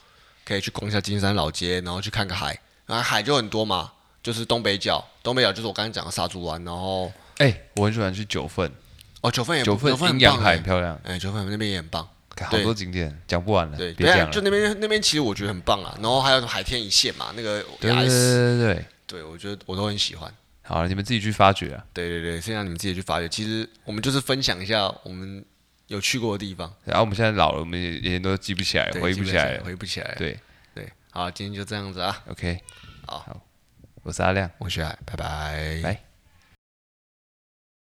S2: 可以去逛一下金山老街，然后去看个海。然后海就很多嘛，就是东北角，东北角就是我刚才讲的沙猪湾，然后
S1: 哎，我很喜欢去九份，
S2: 哦九份也不
S1: 九份
S2: 很
S1: 阴阳
S2: 棒
S1: 海
S2: 欸
S1: 很漂亮，
S2: 哎、九份那边也很棒。
S1: 看好多景点讲不完了，
S2: 对，啊
S1: 别讲了。
S2: 就
S1: 对
S2: 那边那边其实我觉得很棒啊。然后还有海天一线嘛，那个
S1: 对对
S2: S，
S1: 对对对，
S2: 对我觉得我都很喜欢。
S1: 好了，你们自己去发掘啊。
S2: 对对对，剩下你们自己去发掘。其实我们就是分享一下我们有去过的地方，
S1: 啊然后我们现在老了，我们也也都记不起来，
S2: 对
S1: 哎回忆
S2: 记
S1: 不起来了。
S2: 回忆不起来。
S1: 对
S2: 对，好，今天就这样子啊。
S1: ，OK，
S2: 好
S1: 我是阿亮。
S2: 我是海，拜拜。
S1: 拜